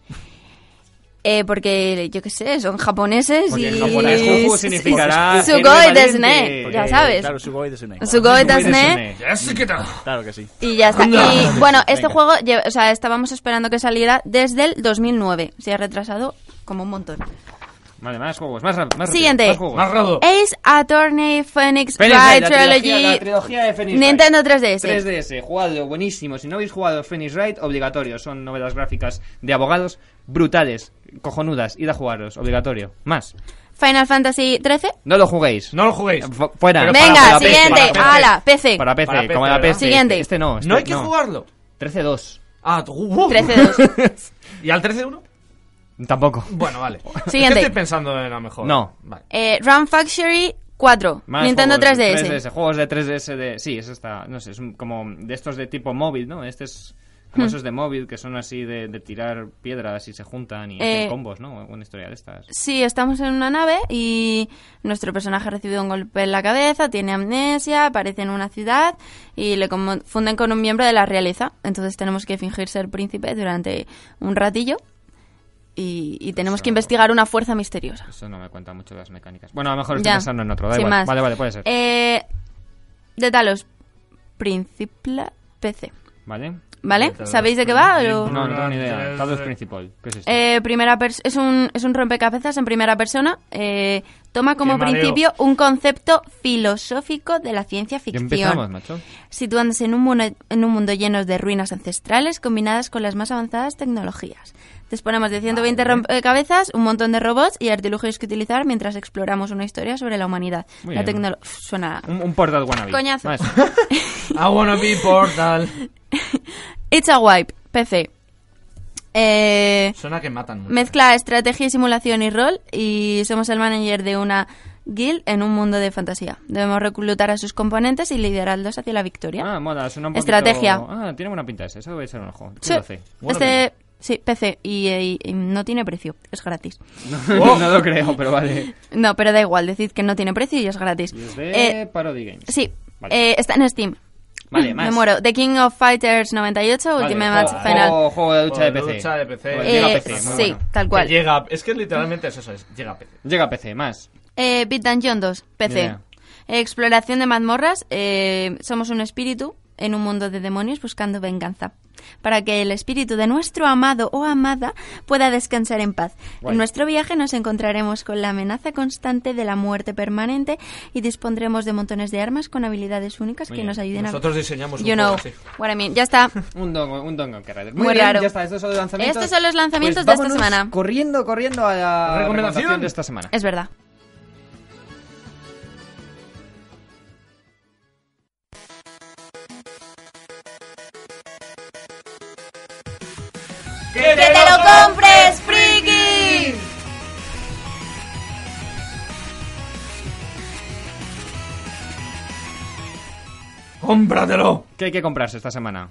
Speaker 7: Eh, porque yo qué sé, son japoneses
Speaker 3: Porque
Speaker 7: y
Speaker 3: en japonés juju significará.
Speaker 7: Sugoi
Speaker 3: héroe
Speaker 7: desu ne,
Speaker 3: valiente.
Speaker 7: ya
Speaker 9: Eh,
Speaker 7: sabes.
Speaker 9: Claro, Sugoi de Sunai.
Speaker 7: Sugoi desu ne.
Speaker 5: Ya sí que tal.
Speaker 9: Claro que sí.
Speaker 7: Y ya está.
Speaker 5: No.
Speaker 7: Y bueno, este
Speaker 9: Venga.
Speaker 7: juego, lle- o sea, estábamos esperando que saliera desde el 2009. Se ha retrasado como un montón.
Speaker 3: Vale, más juegos, más, rap- más rápido,
Speaker 7: Siguiente.
Speaker 3: más juegos.
Speaker 5: Más raro.
Speaker 7: Ace Attorney Phoenix
Speaker 3: Phoenix Wright,
Speaker 7: Wright
Speaker 3: la trilogía- la
Speaker 7: Trilogy
Speaker 3: trilogía de Phoenix
Speaker 7: Nintendo
Speaker 3: Wright.
Speaker 7: 3DS.
Speaker 3: 3DS, jugadlo, buenísimo. Si no habéis jugado Phoenix Wright, obligatorio. Son novelas gráficas de abogados brutales, cojonudas. Id a jugaros, obligatorio. Más.
Speaker 7: Final Fantasy 13.
Speaker 3: No lo juguéis.
Speaker 5: No lo juguéis.
Speaker 3: F- fuera.
Speaker 5: Pero
Speaker 7: Venga,
Speaker 5: para- para PC,
Speaker 7: siguiente.
Speaker 5: para PC.
Speaker 7: Ala, PC.
Speaker 3: Para PC,
Speaker 5: Para PC,
Speaker 3: como la
Speaker 5: ¿verdad?
Speaker 3: PC.
Speaker 7: Siguiente.
Speaker 3: Este no. este
Speaker 5: no hay que jugarlo.
Speaker 3: 13-2.
Speaker 5: Ah, tú- uh.
Speaker 7: 13-2.
Speaker 5: ¿Y al 13-1?
Speaker 3: Tampoco.
Speaker 5: Bueno, vale. Es
Speaker 7: Siguiente.
Speaker 5: que estoy pensando en la mejor.
Speaker 3: No.
Speaker 5: Vale.
Speaker 7: Eh, Run Factory 4.
Speaker 3: Más
Speaker 7: Nintendo
Speaker 3: juegos
Speaker 7: 3DS.
Speaker 3: de 3DS. Juegos de 3DS de... Sí, eso está... No sé, es un- como de estos de tipo móvil, ¿no? Este es como
Speaker 7: Hmm.
Speaker 3: esos de móvil que son así de, de tirar piedras y se juntan y
Speaker 7: Eh,
Speaker 3: hacen combos, ¿no? Una historia de estas.
Speaker 7: Sí, estamos en una nave y nuestro personaje ha recibido un golpe en la cabeza, tiene amnesia, aparece en una ciudad y le confunden con un miembro de la realeza. Entonces tenemos que fingir ser príncipe durante un ratillo y, y tenemos que investigar una fuerza misteriosa.
Speaker 3: Eso no me cuenta mucho las mecánicas. Bueno, a lo mejor estoy
Speaker 7: Ya.
Speaker 3: pensando en otro, da
Speaker 7: Sin
Speaker 3: igual.
Speaker 7: más.
Speaker 3: Vale, vale, puede ser.
Speaker 7: Eh, de Talos, Principla PC.
Speaker 3: ¿Vale?
Speaker 7: ¿Vale? ¿Sabéis de qué va? o-
Speaker 3: No, no tengo ni idea. Talos Principal. ¿Qué es esto?
Speaker 7: Eh, primera pers- es, un, es un rompecabezas en primera persona. Eh, toma como
Speaker 5: Qué mareo.
Speaker 7: principio un concepto filosófico de la ciencia
Speaker 3: ya empezamos,
Speaker 7: ficción,
Speaker 3: macho.
Speaker 7: situándose en un, mundo, en un mundo lleno de ruinas ancestrales combinadas con las más avanzadas tecnologías. Disponemos de 120 rompecabezas, un montón de robots y artilugios que utilizar mientras exploramos una historia sobre la humanidad.
Speaker 3: Muy
Speaker 7: la
Speaker 3: bien.
Speaker 7: tecnolo- Uf, Suena...
Speaker 3: Un, un portal wannabe.
Speaker 7: Coñazo.
Speaker 3: Más.
Speaker 5: I wanna be Portal.
Speaker 7: It's a Wipe, Eh, PC. Eh,
Speaker 5: Suena que matan. mucho.
Speaker 7: Mezcla estrategia, simulación y rol y somos el manager de una guild en un mundo de fantasía. Debemos reclutar a sus componentes y liderarlos hacia la victoria.
Speaker 3: Ah, mola, suena un poquito...
Speaker 7: Estrategia.
Speaker 3: Ah, tiene buena pinta ese, eso debe ser un ojo.
Speaker 7: Sí,
Speaker 3: Chulo, sí.
Speaker 7: este... Sí, PC. Y, y- y no tiene precio. Es gratis. Oh.
Speaker 3: no lo creo, pero vale.
Speaker 7: No, pero da igual. Decid que no tiene precio y es gratis.
Speaker 3: Y es de
Speaker 7: Eh,
Speaker 3: Parody Games.
Speaker 7: sí.
Speaker 3: Vale.
Speaker 7: Eh, está en Steam.
Speaker 3: Vale,
Speaker 7: Me
Speaker 3: más.
Speaker 7: muero. The King of Fighters 98,
Speaker 3: Vale,
Speaker 7: Ultimate
Speaker 3: juego-
Speaker 7: Match Final.
Speaker 3: Juego, juego de ducha de
Speaker 5: Juego de
Speaker 3: PC.
Speaker 5: ducha de PC.
Speaker 3: Pues
Speaker 7: Eh,
Speaker 3: llega a PC, muy
Speaker 7: sí,
Speaker 3: bueno.
Speaker 7: tal cual.
Speaker 5: Que llega, es que literalmente es eso, es, llega a PC.
Speaker 3: Llega a PC, más.
Speaker 7: Eh, Beat Dungeon 2, PC.
Speaker 3: Yeah.
Speaker 7: Exploración de mazmorras. eh, somos un espíritu en un mundo de demonios buscando venganza. Para que el espíritu de nuestro amado o amada pueda descansar en paz.
Speaker 3: Guay.
Speaker 7: En nuestro viaje nos encontraremos con la amenaza constante de la muerte permanente y dispondremos de montones de armas con habilidades únicas que
Speaker 3: bien.
Speaker 7: nos ayuden
Speaker 5: Nosotros diseñamos
Speaker 7: a...
Speaker 5: un
Speaker 7: You
Speaker 5: juego
Speaker 7: know
Speaker 5: así.
Speaker 7: what I mean. Ya está.
Speaker 3: Un dongo, un dongo que Muy,
Speaker 7: Muy
Speaker 3: bien,
Speaker 7: raro.
Speaker 3: ya está, estos son los lanzamientos.
Speaker 7: Estos son los lanzamientos
Speaker 3: Pues
Speaker 7: de esta
Speaker 3: vámonos
Speaker 7: semana. Eh.
Speaker 3: Corriendo, corriendo a la
Speaker 5: Recomendación.
Speaker 3: recomendación de esta semana.
Speaker 7: Es verdad.
Speaker 5: ¡Que
Speaker 7: compres, friki!
Speaker 5: ¡Cómpratelo!
Speaker 3: ¿Qué hay que comprarse esta semana?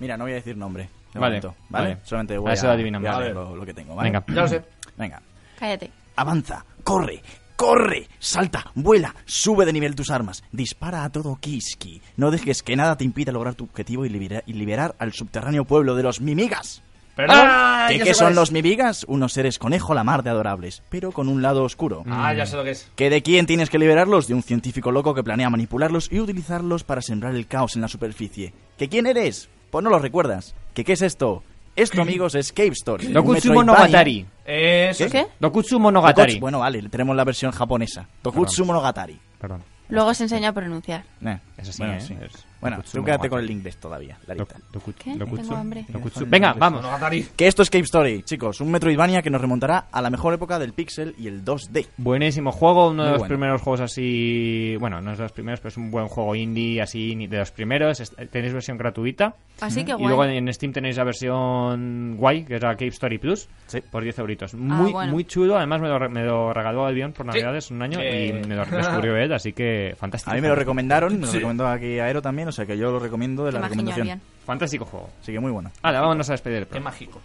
Speaker 9: Mira, no voy a decir nombre. de
Speaker 3: Vale,
Speaker 9: momento, ¿vale?
Speaker 3: vale.
Speaker 9: Solamente voy
Speaker 3: Eso
Speaker 9: a,
Speaker 3: lo adivinamos.
Speaker 9: voy a
Speaker 3: Vale.
Speaker 9: leer lo, lo que tengo, ¿vale?
Speaker 3: Venga.
Speaker 5: Ya lo sé.
Speaker 9: Venga.
Speaker 7: Cállate.
Speaker 9: Avanza, corre, corre, salta, vuela, sube de nivel tus armas, dispara a todo Kiski. No dejes que nada te impida lograr tu objetivo y, libera- y liberar al subterráneo pueblo de los Mimigas.
Speaker 5: ¿Perdón?
Speaker 9: ¿Qué, qué son los Mimigas? Unos seres conejo la mar de adorables, pero con un lado oscuro.
Speaker 5: Ah, ya sé lo que es.
Speaker 9: ¿Que de quién tienes que liberarlos? De un científico loco que planea manipularlos y utilizarlos para sembrar el caos en la superficie. ¿Que quién eres? Pues no lo recuerdas. ¿Que qué es esto? Esto, amigos, es Cave Story. un
Speaker 3: Dokutsu
Speaker 9: Metroidvania-
Speaker 3: Monogatari.
Speaker 5: Eso
Speaker 9: ¿Qué?
Speaker 5: es.
Speaker 7: ¿Qué?
Speaker 3: Dokutsu Monogatari.
Speaker 9: Dokutsu- Bueno, vale, tenemos la versión japonesa. Tokutsu Monogatari.
Speaker 3: Perdón.
Speaker 7: Luego os enseño a pronunciar.
Speaker 9: Eh,
Speaker 3: Eso sí,
Speaker 9: bueno,
Speaker 3: ¿eh?
Speaker 9: sí.
Speaker 3: Es-
Speaker 9: Bueno,
Speaker 3: Dokutsu
Speaker 9: tú quédate
Speaker 3: Monogatari.
Speaker 9: con el inglés todavía, Larita.
Speaker 7: ¿Qué? Tengo hambre.
Speaker 3: Dokutsu. Venga, vamos.
Speaker 5: Monogatari.
Speaker 9: Que esto es Cave Story, chicos. Un Metroidvania que nos remontará a la mejor época del pixel y el 2D.
Speaker 3: Buenísimo juego, uno de
Speaker 9: Muy
Speaker 3: los
Speaker 9: bueno.
Speaker 3: primeros juegos así. Bueno, no es de los primeros, pero es un buen juego indie, así ni de los primeros. Es- Tenéis versión gratuita.
Speaker 7: Así que
Speaker 3: Y
Speaker 7: Ah, guay.
Speaker 3: luego en Steam tenéis la versión guay, que es la Cave Story Plus,
Speaker 9: Sí.
Speaker 3: por 10 euritos. Muy,
Speaker 7: Ah, bueno.
Speaker 3: muy chulo. Además, me lo, re- me lo regaló Albion por Navidades un año y
Speaker 5: Eh.
Speaker 3: me lo descubrió él, así que fantástico.
Speaker 9: A mí me lo recomendaron, me lo recomendó aquí Aero también, o sea que yo lo recomiendo de
Speaker 7: Qué
Speaker 9: la
Speaker 7: majiño,
Speaker 9: recomendación.
Speaker 7: Albion.
Speaker 3: Fantástico juego.
Speaker 9: Así que muy bueno.
Speaker 3: Ahora, vámonos a despedir. el
Speaker 5: Qué
Speaker 3: programa.
Speaker 5: mágico.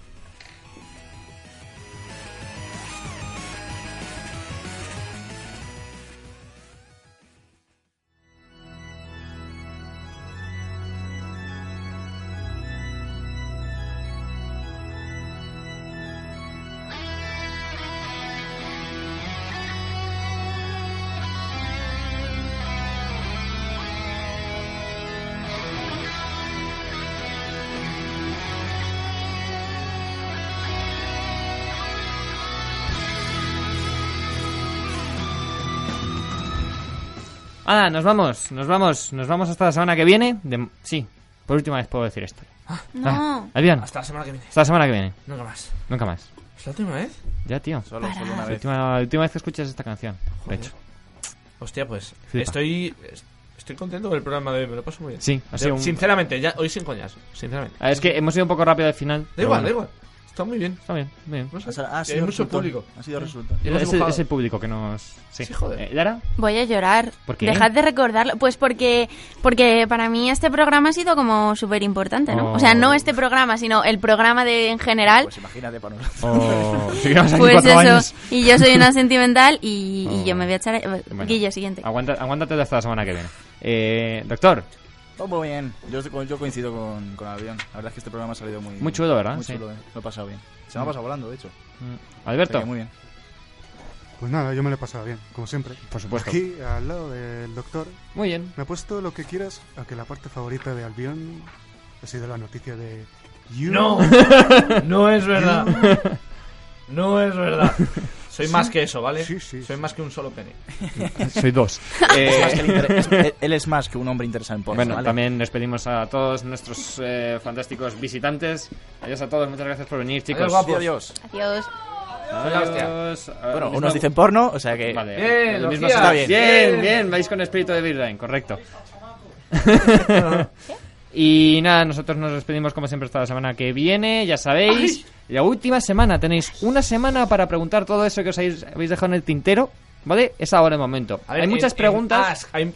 Speaker 3: Ahora, nos vamos, nos vamos, nos vamos hasta la semana que viene. De- Sí, por última vez puedo decir esto. Ah,
Speaker 7: No.
Speaker 3: Albion, hasta
Speaker 5: Hasta la semana que viene.
Speaker 3: la semana que viene.
Speaker 5: Nunca más.
Speaker 3: Nunca más.
Speaker 5: ¿Es la última vez?
Speaker 3: Ya, tío.
Speaker 9: Solo, solo una
Speaker 3: La
Speaker 9: vez.
Speaker 3: última, la última vez que escuchas esta canción. De hecho.
Speaker 5: Hostia, pues.
Speaker 3: Flipa.
Speaker 5: Estoy. Estoy contento del programa de hoy. Me lo paso muy bien.
Speaker 3: Sí, ha sido un-
Speaker 5: Sinceramente, ya, hoy sin coñas. Sinceramente.
Speaker 3: Ah, Es que hemos ido un poco rápido al final.
Speaker 5: Da
Speaker 3: pero
Speaker 5: igual, da
Speaker 3: bueno.
Speaker 5: igual. Está muy bien.
Speaker 3: Está bien, muy bien.
Speaker 5: No sé,
Speaker 9: O sea, ha
Speaker 5: que hay
Speaker 9: sido
Speaker 5: mucho
Speaker 9: resultón.
Speaker 5: público.
Speaker 9: Ha sido resultón.
Speaker 5: Hemos
Speaker 3: Es, el-
Speaker 5: dibujado.
Speaker 3: es el público que nos. Sí,
Speaker 5: Sí, joder.
Speaker 3: Eh, ¿Lara?
Speaker 7: Voy a llorar.
Speaker 3: ¿Por qué?
Speaker 7: Dejad de recordarlo. Pues porque, porque para mí este programa ha sido como súper importante, ¿no?
Speaker 3: Oh.
Speaker 7: O sea, no este programa, sino el programa de, en general.
Speaker 9: Pues imagínate para nosotros.
Speaker 3: O. si quedamos aquí
Speaker 7: Pues
Speaker 3: cuatro
Speaker 7: eso.
Speaker 3: años.
Speaker 7: Y yo soy una sentimental y, y
Speaker 3: Oh.
Speaker 7: yo me voy a echar... a-
Speaker 3: Bueno,
Speaker 7: Guille, siguiente.
Speaker 3: Aguanta, aguántate hasta la semana que viene. Eh, doctor,
Speaker 9: Todo Oh, muy bien. Yo, estoy- yo coincido con, con Avión. La verdad es que este programa ha salido muy
Speaker 3: Muy chulo, ¿verdad?
Speaker 9: Muy
Speaker 3: Sí.
Speaker 9: chulo, eh. Lo he pasado bien. Se me ha pasado volando, de hecho.
Speaker 3: Alberto.
Speaker 9: O sea que muy bien.
Speaker 8: Pues nada, yo me lo he pasado bien, como siempre.
Speaker 3: Por supuesto.
Speaker 8: Aquí, al lado del doctor,
Speaker 3: Muy bien.
Speaker 8: me ha puesto lo que quieras, aunque la parte favorita de Albion ha sido la noticia de... You.
Speaker 5: No, no es verdad. No es verdad. Soy más que eso, ¿vale?
Speaker 8: Sí, sí,
Speaker 5: Soy
Speaker 8: sí.
Speaker 5: más que un solo pene.
Speaker 3: Soy dos. Eh,
Speaker 9: Es más que él inter- es- él, él es más que un hombre interesado en porno.
Speaker 3: Bueno,
Speaker 9: ¿vale?
Speaker 3: también despedimos a todos nuestros eh, fantásticos visitantes. Adiós a todos, muchas gracias por venir, chicos.
Speaker 5: Adiós, guapo.
Speaker 9: Sí, adiós.
Speaker 7: Adiós.
Speaker 3: Adiós.
Speaker 9: Bueno,
Speaker 3: Mismo-
Speaker 9: unos dicen porno, o sea que.
Speaker 3: Vale,
Speaker 5: Bien,
Speaker 3: el mismo
Speaker 5: Lucía,
Speaker 3: está eh, bien.
Speaker 9: bien.
Speaker 3: Bien, bien, vais con espíritu de Birline, correcto. y nada, nosotros nos despedimos como siempre hasta la semana que viene, ya sabéis. La última semana, tenéis una semana para preguntar todo eso que os habéis, habéis dejado en el tintero. ¿Vale? Es ahora el momento.
Speaker 5: A ver,
Speaker 3: Hay
Speaker 5: en-
Speaker 3: muchas
Speaker 5: en
Speaker 3: preguntas.
Speaker 5: Ask, hay-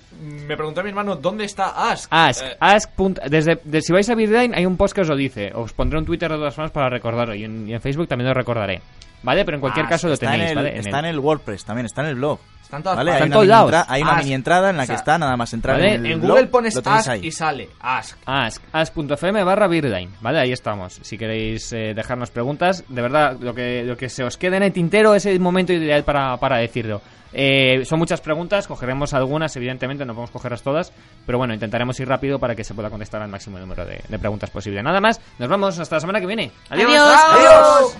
Speaker 5: me preguntó mi hermano, ¿dónde está Ask?
Speaker 3: Ask,
Speaker 5: Eh,
Speaker 3: ask. punt- Desde, de- si vais a Bitline hay un post que os lo dice. Os pondré un Twitter de todas formas para recordarlo. Y en, y en Facebook también lo recordaré. ¿Vale? Pero en cualquier
Speaker 9: Ah,
Speaker 3: caso lo
Speaker 9: está en
Speaker 3: tenéis,
Speaker 9: el-
Speaker 3: ¿vale? En
Speaker 9: Está
Speaker 3: el-
Speaker 9: en el WordPress también, está en el blog.
Speaker 5: Está en todas
Speaker 9: ¿vale?
Speaker 5: partes.
Speaker 3: Está
Speaker 9: Hay
Speaker 3: en
Speaker 9: una
Speaker 3: todos
Speaker 9: mini
Speaker 3: lados.
Speaker 9: entra- hay una
Speaker 5: Ask.
Speaker 9: mini entrada en
Speaker 5: O
Speaker 9: la que
Speaker 5: sea,
Speaker 9: está, nada más entrar
Speaker 3: ¿vale?
Speaker 9: en el
Speaker 5: en
Speaker 9: blog,
Speaker 5: Google pones
Speaker 9: lo tenéis
Speaker 5: Ask
Speaker 9: ahí.
Speaker 5: y sale Ask.
Speaker 3: Ask, ask.fm barra Birdline, ¿vale? Ahí estamos. Si queréis eh, dejarnos preguntas, de verdad, lo que, lo que se os quede en el tintero es el momento ideal para, para decirlo. Eh, son muchas preguntas, cogeremos algunas, evidentemente, no podemos cogerlas todas, pero bueno, intentaremos ir rápido para que se pueda contestar al máximo número de, de preguntas posible. Nada más, nos vamos hasta la semana que viene.
Speaker 7: Adiós.
Speaker 5: ¡Adiós!